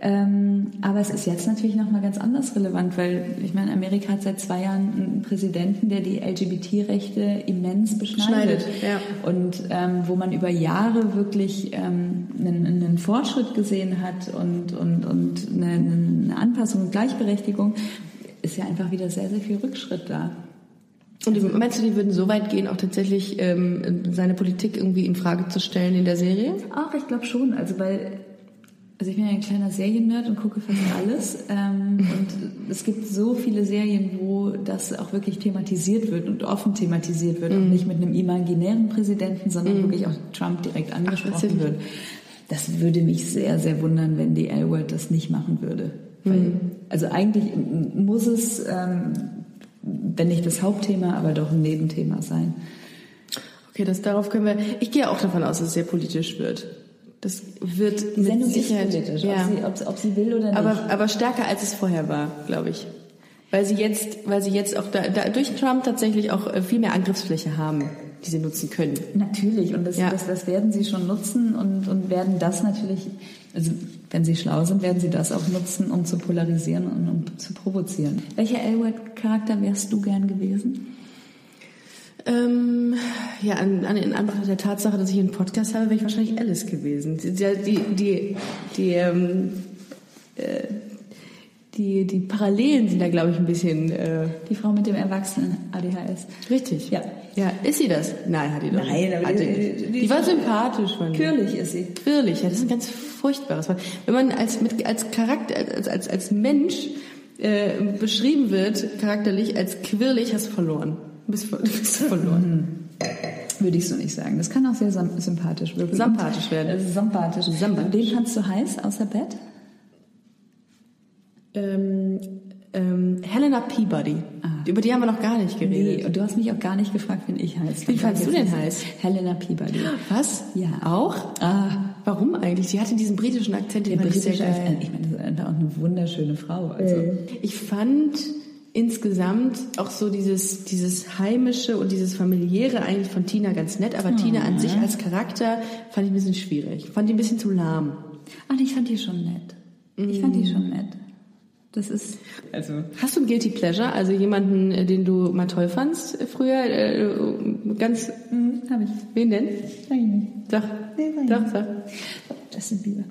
Speaker 3: Ähm, aber es ist jetzt natürlich noch mal ganz anders relevant, weil ich meine, Amerika hat seit zwei Jahren einen Präsidenten, der die LGBT-Rechte immens beschneidet.
Speaker 2: Schneidet, ja.
Speaker 3: Und ähm, wo man über Jahre wirklich ähm, einen, einen Fortschritt gesehen hat und, und, und eine, eine Anpassung und Gleichberechtigung, ist ja einfach wieder sehr, sehr viel Rückschritt da.
Speaker 2: Und die- meinst du, die würden so weit gehen, auch tatsächlich ähm, seine Politik irgendwie in Frage zu stellen in der Serie?
Speaker 3: Auch, ich glaube schon. Also, weil, also ich bin ja ein kleiner Seriennerd und gucke fast alles. Ähm, und es gibt so viele Serien, wo das auch wirklich thematisiert wird und offen thematisiert wird
Speaker 2: Mhm.
Speaker 3: und nicht mit einem imaginären Präsidenten, sondern wirklich auch Trump direkt angesprochen
Speaker 2: tatsächlich?
Speaker 3: wird. Das würde mich sehr, sehr wundern, wenn die L-Word das nicht machen würde. Weil,
Speaker 2: Mhm.
Speaker 3: Also eigentlich muss es, ähm, wenn nicht das Hauptthema, aber doch ein Nebenthema sein.
Speaker 2: Okay, das darauf können wir. Ich gehe auch davon aus, dass es sehr politisch wird. Das wird
Speaker 3: Die
Speaker 2: mit
Speaker 3: Sendung ist
Speaker 2: Sicherheit
Speaker 3: politisch,
Speaker 2: Ja.
Speaker 3: ob, sie, ob, sie- ob sie will oder nicht.
Speaker 2: Aber, aber stärker als es vorher war, glaube ich. Weil sie jetzt, weil sie jetzt auch da, da, durch Trump tatsächlich auch äh, viel mehr Angriffsfläche haben, die sie nutzen können.
Speaker 3: Natürlich, und das,
Speaker 2: Ja.
Speaker 3: das, das werden sie schon nutzen und, und werden das natürlich, also wenn sie schlau sind, werden sie das auch nutzen, um zu polarisieren und um zu provozieren. Welcher Elwood-Charakter wärst du gern gewesen?
Speaker 2: Ähm, ja, an, an, in Anbetracht der Tatsache, dass ich einen Podcast habe, wäre ich wahrscheinlich Alice gewesen. Die, die, die, die, ähm, äh, die, die Parallelen sind da, glaube ich, ein bisschen äh,
Speaker 3: Die Frau mit dem erwachsenen ADHS.
Speaker 2: richtig.
Speaker 3: Ja.
Speaker 2: Ja, ist sie das? Nein, hat die doch
Speaker 3: Nein,
Speaker 2: nicht.
Speaker 3: aber
Speaker 2: hat die,
Speaker 3: die-
Speaker 2: nicht.
Speaker 3: die-
Speaker 2: die, Genau.
Speaker 3: die-
Speaker 2: war sympathisch, fand ich.
Speaker 3: Quirlig ist sie.
Speaker 2: Quirlig, ja, das ist ein ganz furchtbares Wort. Wenn man als, mit, als Charakter, als, als, als Mensch äh, beschrieben wird, charakterlich, als quirlig, hast du verloren. Du bist, ver- du bist verloren.
Speaker 3: Würde ich so nicht sagen. Das kann auch sehr sam- sympathisch wirken.
Speaker 2: Sympathisch werden.
Speaker 3: Äh, sympathisch.
Speaker 2: Sympathisch.
Speaker 3: Wen fandst du heiß außer Bett?
Speaker 2: Ähm, ähm, Helena Peabody. Über die haben wir noch gar nicht geredet.
Speaker 3: Ah. Nee, und du hast mich auch gar nicht gefragt, wen ich heiß
Speaker 2: Wen fandst du denn heiß?
Speaker 3: Helena Peabody.
Speaker 2: Was?
Speaker 3: Ja.
Speaker 2: Auch?
Speaker 3: Ah.
Speaker 2: Warum eigentlich? Die hatte diesen britischen Akzent, den
Speaker 3: Der
Speaker 2: fand ich sehr
Speaker 3: britische
Speaker 2: geil.
Speaker 3: Akzent. äh, Ich meine, das ist einfach auch eine wunderschöne Frau. Also.
Speaker 2: Ich fand insgesamt auch so dieses, dieses heimische und dieses familiäre eigentlich von Tina ganz nett, aber Tina an sich als Charakter fand ich ein bisschen schwierig. Fand die ein bisschen zu lahm.
Speaker 3: Ach, ich fand die schon nett. Ich fand die
Speaker 2: Mm.
Speaker 3: schon nett. Das ist. Also.
Speaker 2: Hast du ein Guilty Pleasure, also jemanden, äh, den du mal toll fandst äh, früher? Äh, ganz,
Speaker 3: Habe ich.
Speaker 2: wen denn?
Speaker 3: Sag ich nicht.
Speaker 2: Sag,
Speaker 3: Nee, nein.
Speaker 2: sag, sag.
Speaker 3: Justin Bieber.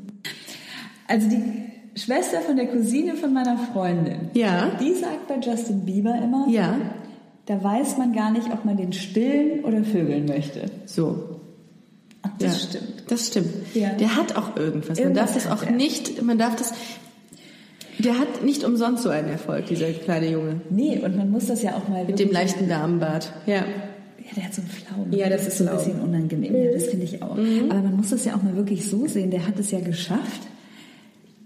Speaker 3: Also die Schwester von der Cousine von meiner Freundin.
Speaker 2: Ja.
Speaker 3: Die sagt bei Justin Bieber immer.
Speaker 2: Ja.
Speaker 3: Da weiß man gar nicht, ob man den stillen oder vögeln möchte.
Speaker 2: So.
Speaker 3: Ach, das stimmt.
Speaker 2: Das stimmt.
Speaker 3: Ja.
Speaker 2: Der hat auch irgendwas. Man darf
Speaker 3: Irgendwas
Speaker 2: das
Speaker 3: hat
Speaker 2: auch
Speaker 3: er.
Speaker 2: nicht, man darf das, der hat nicht umsonst so einen Erfolg, dieser kleine Junge.
Speaker 3: Nee, und man muss das ja auch mal
Speaker 2: Mit dem leichten Damenbart. Ja.
Speaker 3: Ja, der hat so einen Flaum.
Speaker 2: Ja, das ist Mhm.
Speaker 3: so ein
Speaker 2: flau.
Speaker 3: bisschen unangenehm. Ja, das finde ich auch. Aber man muss das ja auch mal wirklich so sehen. Der hat es ja geschafft,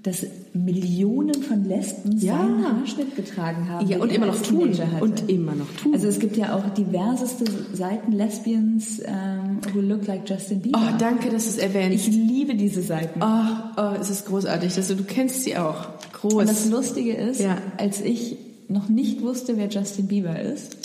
Speaker 3: dass Millionen von Lesben
Speaker 2: Ja.
Speaker 3: seinen Haarschnitt getragen haben.
Speaker 2: Ja,
Speaker 3: den
Speaker 2: und
Speaker 3: er
Speaker 2: immer
Speaker 3: als
Speaker 2: noch tun.
Speaker 3: Teenager hatte.
Speaker 2: Und immer noch tun.
Speaker 3: Also es gibt ja auch diverseste Seiten Lesbians ähm, who look like Justin Bieber.
Speaker 2: Oh, danke, dass du es
Speaker 3: ich
Speaker 2: erwähnst.
Speaker 3: liebe diese Seiten.
Speaker 2: Oh, oh, es ist großartig. Also, du kennst sie auch. Groß.
Speaker 3: Und das Lustige ist,
Speaker 2: Ja.
Speaker 3: als ich noch nicht wusste, wer Justin Bieber ist,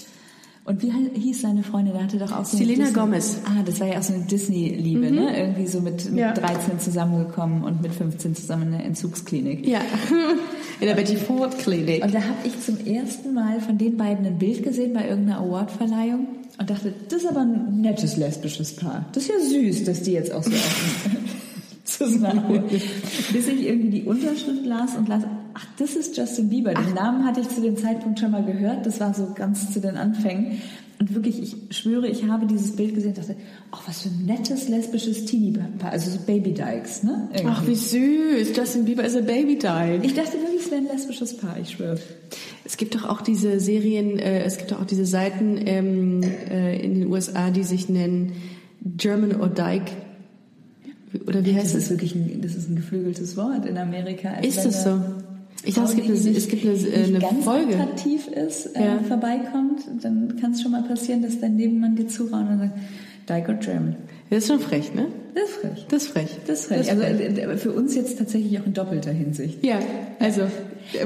Speaker 3: und wie he- hieß seine Freundin? Da hatte doch auch so eine
Speaker 2: Selena
Speaker 3: Disney-
Speaker 2: Gomez. Mhm.
Speaker 3: Ah, das war ja auch so eine Disney-Liebe, ne? Irgendwie so mit, mit
Speaker 2: Ja.
Speaker 3: 13 zusammengekommen und mit 15 zusammen in der Entzugsklinik.
Speaker 2: ja. In der Betty Ford Klinik.
Speaker 3: Und da habe ich zum ersten Mal von den beiden ein Bild gesehen bei irgendeiner Awardverleihung und dachte, das ist aber ein nettes lesbisches Paar. Das ist ja süß, dass die jetzt auch so offen zusammen. Bis ich irgendwie die Unterschrift las und las, ach, das ist Justin Bieber. Den Namen hatte ich zu dem Zeitpunkt schon mal gehört. Das war so ganz zu den Anfängen. Und wirklich, ich schwöre, ich habe dieses Bild gesehen und dachte, ach, was für ein nettes lesbisches Teenie-Paar. Also so Baby Dykes, ne? Irgendwie.
Speaker 2: Ach, wie süß. Justin Bieber ist a baby dying.
Speaker 3: ich dachte wirklich, es wäre ein lesbisches Paar, ich schwöre.
Speaker 2: Es gibt doch auch diese Serien, äh, es gibt doch auch diese Seiten ähm, äh, in den USA, die sich nennen German or Dyke. Oder wie heißt
Speaker 3: Das
Speaker 2: es?
Speaker 3: ist wirklich ein, das ist ein geflügeltes Wort in Amerika. als
Speaker 2: Ist
Speaker 3: wenn
Speaker 2: das
Speaker 3: da
Speaker 2: so? Ich dachte, es gibt eine,
Speaker 3: Frau, die
Speaker 2: es gibt eine,
Speaker 3: nicht-
Speaker 2: äh,
Speaker 3: nicht
Speaker 2: eine
Speaker 3: ganz
Speaker 2: Folge.
Speaker 3: attraktiv ist, äh,
Speaker 2: Ja.
Speaker 3: vorbeikommt, dann kann es schon mal passieren, dass dein Nebenmann dir zuraut und sagt, die got German.
Speaker 2: Das ist schon frech, ne?
Speaker 3: Das ist frech.
Speaker 2: Das ist frech.
Speaker 3: Das ist frech. also äh, für uns jetzt tatsächlich auch in doppelter Hinsicht.
Speaker 2: ja, also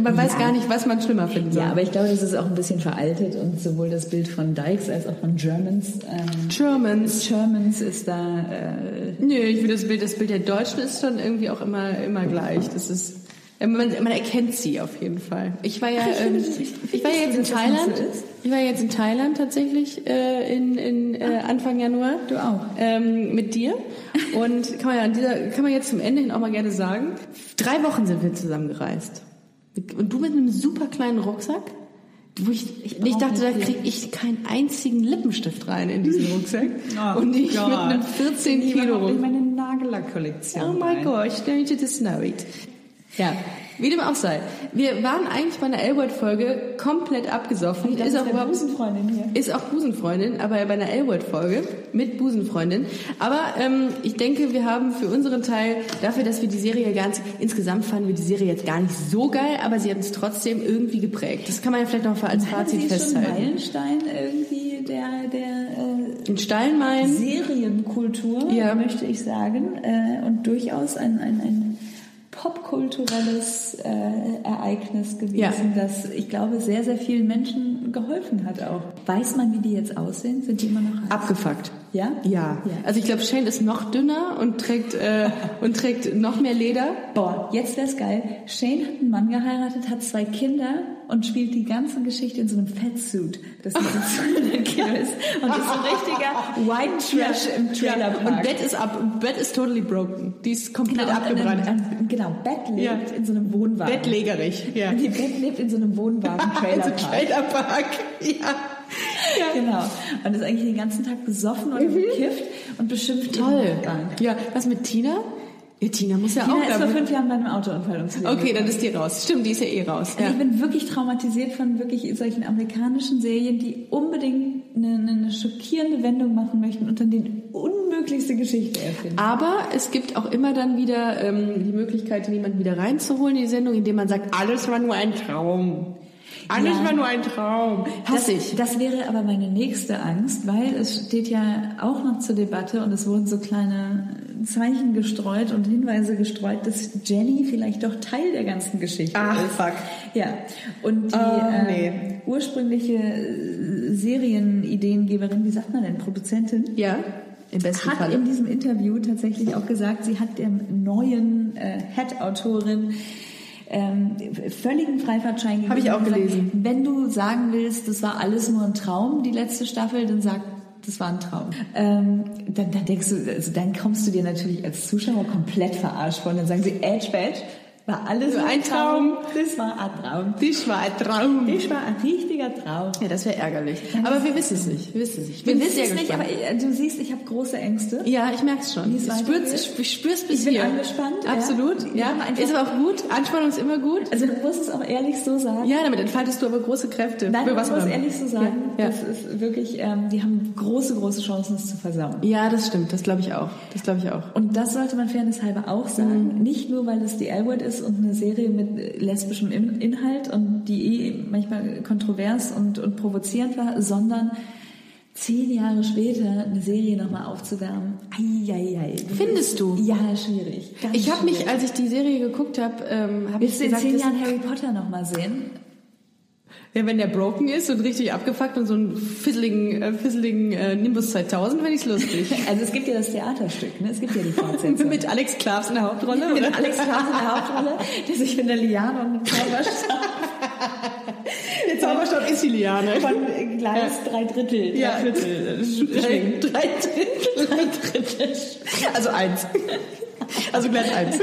Speaker 2: man weiß
Speaker 3: Ja.
Speaker 2: gar nicht, was man schlimmer finden soll.
Speaker 3: Ja, aber ich glaube, das ist auch ein bisschen veraltet und sowohl das Bild von Dykes als auch von Germans. Ähm,
Speaker 2: Germans.
Speaker 3: Germans ist da äh,
Speaker 2: Nö, ich will das Bild, das Bild der Deutschen ist schon irgendwie auch immer, immer gleich. Das ist, äh, man, man erkennt sie auf jeden Fall. Ich war ja,
Speaker 3: Ich
Speaker 2: ähm,
Speaker 3: finde, das- ich-
Speaker 2: ich, war ja jetzt in
Speaker 3: findest du, dass das
Speaker 2: Thailand.
Speaker 3: noch so ist?
Speaker 2: Ich war ja jetzt in Thailand tatsächlich äh, in, in äh, Anfang Januar.
Speaker 3: Ah. Du auch.
Speaker 2: Ähm, mit dir. Und kann man, ja an dieser, kann man jetzt zum Ende hin auch mal gerne sagen. Drei Wochen sind wir zusammengereist. Und du mit einem super kleinen Rucksack. Wo ich, ich,
Speaker 3: brauch
Speaker 2: dachte, da
Speaker 3: nicht viel.
Speaker 2: kriege ich keinen einzigen Lippenstift rein in diesen Rucksack.
Speaker 3: Oh
Speaker 2: und ich
Speaker 3: Gott.
Speaker 2: mit einem 14 Kilo
Speaker 3: Ich
Speaker 2: Rucksack.
Speaker 3: meine Nagellackkollektion.
Speaker 2: Oh
Speaker 3: rein.
Speaker 2: my gosh, don't you just know it. Ja, wie dem auch sei. Wir waren eigentlich bei einer L-Word-Folge komplett abgesoffen.
Speaker 3: Das
Speaker 2: Ist
Speaker 3: ist
Speaker 2: auch,
Speaker 3: eine
Speaker 2: überhaupt,
Speaker 3: Busenfreundin hier.
Speaker 2: ist auch Busenfreundin, aber bei einer L-Word-Folge mit Busenfreundin. Aber ähm, ich denke, wir haben für unseren Teil, dafür, dass wir die Serie ganz, insgesamt fanden wir die Serie jetzt gar nicht so geil, aber sie hat uns trotzdem irgendwie geprägt. Das kann man ja vielleicht noch als Fazit
Speaker 3: Sie ist schon ein
Speaker 2: festhalten.
Speaker 3: Meilenstein irgendwie der, der
Speaker 2: In Stallmeilen.
Speaker 3: äh, Serienkultur,
Speaker 2: Ja.
Speaker 3: möchte ich sagen. Äh, und durchaus ein, ein, ein popkulturelles äh, Ereignis gewesen,
Speaker 2: Ja.
Speaker 3: das, ich glaube, sehr, sehr vielen Menschen geholfen hat auch. Weiß man, wie die jetzt aussehen? Sind die immer noch heiß?
Speaker 2: Abgefuckt.
Speaker 3: Ja?
Speaker 2: Ja.
Speaker 3: Ja.
Speaker 2: Also ich glaube, Shane ist noch dünner und trägt, äh, und trägt noch mehr Leder.
Speaker 3: Boah, jetzt wär's geil. Shane hat einen Mann geheiratet, hat zwei Kinder und spielt die ganze Geschichte in so einem Fettsuit. Das ist jetzt Kinder ist und ist so ein richtiger White Trash im Trailer
Speaker 2: Und Bett ist ab, Bett ist totally broken. Die ist komplett abgebrannt.
Speaker 3: Genau, Bett lebt
Speaker 2: Ja.
Speaker 3: in so einem Wohnwagen.
Speaker 2: Bettlägerig, ja.
Speaker 3: Nee, Bett lebt in so einem Wohnwagen
Speaker 2: Also
Speaker 3: Trailerpark.
Speaker 2: Trailerpark, ja. ja. Mhm.
Speaker 3: Genau. Und ist eigentlich den ganzen Tag besoffen und bekifft und beschimpft
Speaker 2: Toll.
Speaker 3: ihren Mann.
Speaker 2: Ja, was mit Tina? Ja, Tina muss ja
Speaker 3: Tina
Speaker 2: auch
Speaker 3: ist vor
Speaker 2: dabei.
Speaker 3: fünf Jahren bei einem Autounfall ums Leben
Speaker 2: Okay, dann ist die raus. Stimmt, die ist ja eh raus.
Speaker 3: Also
Speaker 2: Ja.
Speaker 3: ich bin wirklich traumatisiert von wirklich solchen amerikanischen Serien, die unbedingt eine, eine, eine schockierende Wendung machen möchten und dann die unmöglichste Geschichte erfinden.
Speaker 2: Aber es gibt auch immer dann wieder ähm, die Möglichkeit, jemanden wieder reinzuholen in die Sendung, indem man sagt, alles war nur ein Traum. Alles
Speaker 3: Ja.
Speaker 2: war nur ein Traum. Ah, Hasse ich.
Speaker 3: das, das wäre aber meine nächste Angst, weil es steht ja auch noch zur Debatte und es wurden so kleine Zeichen gestreut und Hinweise gestreut, dass Jenny vielleicht doch Teil der ganzen Geschichte
Speaker 2: Ach,
Speaker 3: ist.
Speaker 2: fuck.
Speaker 3: Ja. Und die
Speaker 2: Oh,
Speaker 3: ähm,
Speaker 2: Ah. nee.
Speaker 3: ursprüngliche äh, Serienideengeberin, wie sagt man denn, Produzentin?
Speaker 2: Ja, im besten
Speaker 3: hat
Speaker 2: Falle.
Speaker 3: in diesem Interview tatsächlich auch gesagt, sie hat der neuen äh, Head-Autorin ähm, völligen Freifahrtschein gegeben.
Speaker 2: Hab ich auch
Speaker 3: und gesagt,
Speaker 2: gelesen.
Speaker 3: Wenn du sagen willst, das war alles nur ein Traum, die letzte Staffel, dann sag, das war ein Traum. Ähm, dann, dann denkst du, also dann kommst du dir natürlich als Zuschauer komplett verarscht vor und dann sagen sie, Edge, Edge. War alles
Speaker 2: Nur ein Traum.
Speaker 3: Das war ein Traum.
Speaker 2: Dich war ein Traum.
Speaker 3: Das war ein richtiger Traum.
Speaker 2: Ja, das wäre ärgerlich. Aber wir wissen es nicht. Wir wissen es nicht.
Speaker 3: Wir
Speaker 2: Bin
Speaker 3: wissen
Speaker 2: sehr
Speaker 3: es nicht, aber äh, du siehst, ich habe große Ängste.
Speaker 2: Ja, ich merk's schon.
Speaker 3: Wie es
Speaker 2: Ich
Speaker 3: weitergeht.
Speaker 2: spür's, ich sp- ich spür's bis
Speaker 3: Ich bin
Speaker 2: hier.
Speaker 3: angespannt, ja.
Speaker 2: Absolut.
Speaker 3: Wir
Speaker 2: Ja.
Speaker 3: haben einfach-
Speaker 2: Ist aber auch gut. Anspannung ist immer gut.
Speaker 3: Also du musst es auch ehrlich so sagen.
Speaker 2: Ja, damit entfaltest du aber große Kräfte.
Speaker 3: Nein,
Speaker 2: Für
Speaker 3: ich muss
Speaker 2: man-
Speaker 3: ehrlich so sagen,
Speaker 2: Ja, ja.
Speaker 3: das ist wirklich, ähm, die haben große, große Chancen, es zu versauen.
Speaker 2: ja das stimmt. Das glaube ich auch. Das glaube ich auch.
Speaker 3: Und das sollte man fairnesshalber
Speaker 2: Mhm.
Speaker 3: auch sagen. Nicht nur, weil es die L-Word ist und eine Serie mit äh, lesbischem In- Inhalt und die eh manchmal kontrovers und, und provozierend war, sondern zehn Jahre später eine Serie nochmal aufzuwärmen. Eieiei.
Speaker 2: Findest du?
Speaker 3: Ja, schwierig. Ganz
Speaker 2: Ich habe mich,
Speaker 3: schwierig.
Speaker 2: als ich die Serie geguckt habe, ähm, habe ich
Speaker 3: Willst du in
Speaker 2: gesagt,
Speaker 3: zehn
Speaker 2: das-
Speaker 3: Jahren Harry Potter nochmal sehen?
Speaker 2: ja, wenn der broken ist und richtig abgefuckt und so einen fizzeligen, äh, fizzeligen äh, Nimbus 2000, fände ich's lustig.
Speaker 3: Also es gibt ja das Theaterstück, ne? Es gibt ja die Fortsetzung.
Speaker 2: Mit Alex Klavs in der Hauptrolle, oder?
Speaker 3: Mit Alex Klaas in der Hauptrolle, der sich in der Liane und einem Zauberstab
Speaker 2: Der Zauberstab ist die Liane.
Speaker 3: von Gleis drei Drittel.
Speaker 2: Ja, drei Drittel. Drei Drittel. Also eins. Also gleich eins.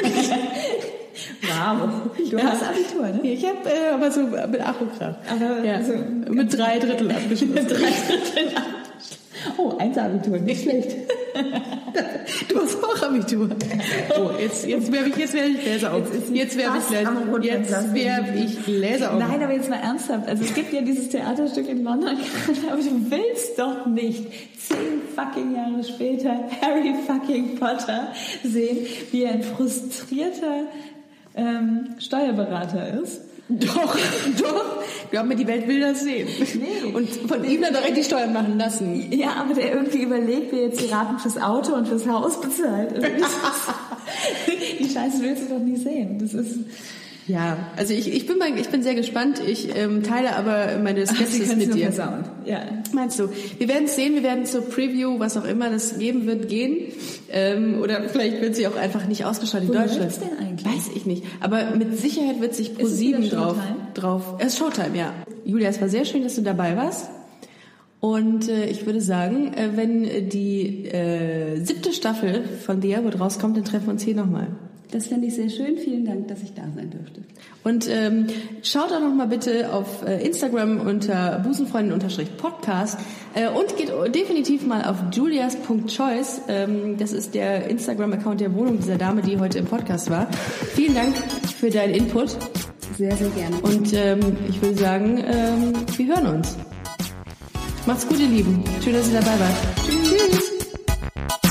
Speaker 3: Wow. Du hast Abitur, ne? Also,
Speaker 2: Ich habe äh, aber so mit Achokraft.
Speaker 3: Aber
Speaker 2: ja.
Speaker 3: so-
Speaker 2: mit drei Drittel abgeschlossen. mit drei Drittel
Speaker 3: Oh, eins Abitur, nicht schlecht.
Speaker 2: Du hast auch Abitur. Oh, jetzt, jetzt werfe ich, jetzt werf ich Gläser auf.
Speaker 3: Jetzt ist
Speaker 2: Jetzt werfe ich
Speaker 3: fast am
Speaker 2: Gläser
Speaker 3: roten
Speaker 2: Jetzt
Speaker 3: Glas.
Speaker 2: werf ich Gläser auf.
Speaker 3: Nein, aber jetzt mal ernsthaft. Also es gibt ja dieses Theaterstück in London, aber du willst doch nicht zehn fucking Jahre später Harry fucking Potter sehen, wie er ein frustrierter ähm, Steuerberater ist.
Speaker 2: Doch, doch. Glaub mir, die Welt will das sehen.
Speaker 3: Nee.
Speaker 2: Und von ihm dann direkt die Steuern machen lassen.
Speaker 3: Ja, aber der irgendwie überlegt, wer jetzt die Raten fürs Auto und fürs Haus bezahlt. Also das ist- die Scheiße willst du doch nie sehen. Das ist
Speaker 2: Ja, also ich, ich, bin, mal, ich bin sehr gespannt. Ich ähm, teile aber meine
Speaker 3: Sie
Speaker 2: Skepsis
Speaker 3: können's
Speaker 2: mit
Speaker 3: nur
Speaker 2: dir.
Speaker 3: versauen. Ja.
Speaker 2: Meinst du? Wir werden es sehen, wir werden zur Preview, was auch immer das geben wird, gehen. Ähm, oder vielleicht wird sie auch einfach nicht ausgestrahlt in
Speaker 3: Wo
Speaker 2: Deutschland.
Speaker 3: läuft's denn eigentlich?
Speaker 2: Weiß ich nicht. Aber mit Sicherheit wird sich
Speaker 3: es
Speaker 2: ProSieben
Speaker 3: wieder
Speaker 2: drauf,
Speaker 3: Showtime?
Speaker 2: drauf. Es ist Showtime, ja. Julia, es war sehr schön, dass du dabei warst. Und äh, ich würde sagen, äh, wenn die äh, siebte Staffel von The Airwood rauskommt, dann treffen wir uns hier nochmal.
Speaker 3: Das fände ich sehr schön. Vielen Dank, dass ich da sein durfte.
Speaker 2: Und ähm, schaut auch noch mal bitte auf äh, Instagram unter busenfreundin-podcast äh, und geht o- definitiv mal auf julias.choice. Ähm, das ist der Instagram-Account der Wohnung dieser Dame, die heute im Podcast war. Vielen Dank für deinen Input
Speaker 3: Sehr, sehr gerne.
Speaker 2: und ähm, ich würde sagen, ähm, wir hören uns. Macht's gut, ihr Lieben. Schön, dass ihr dabei wart. Tschüss.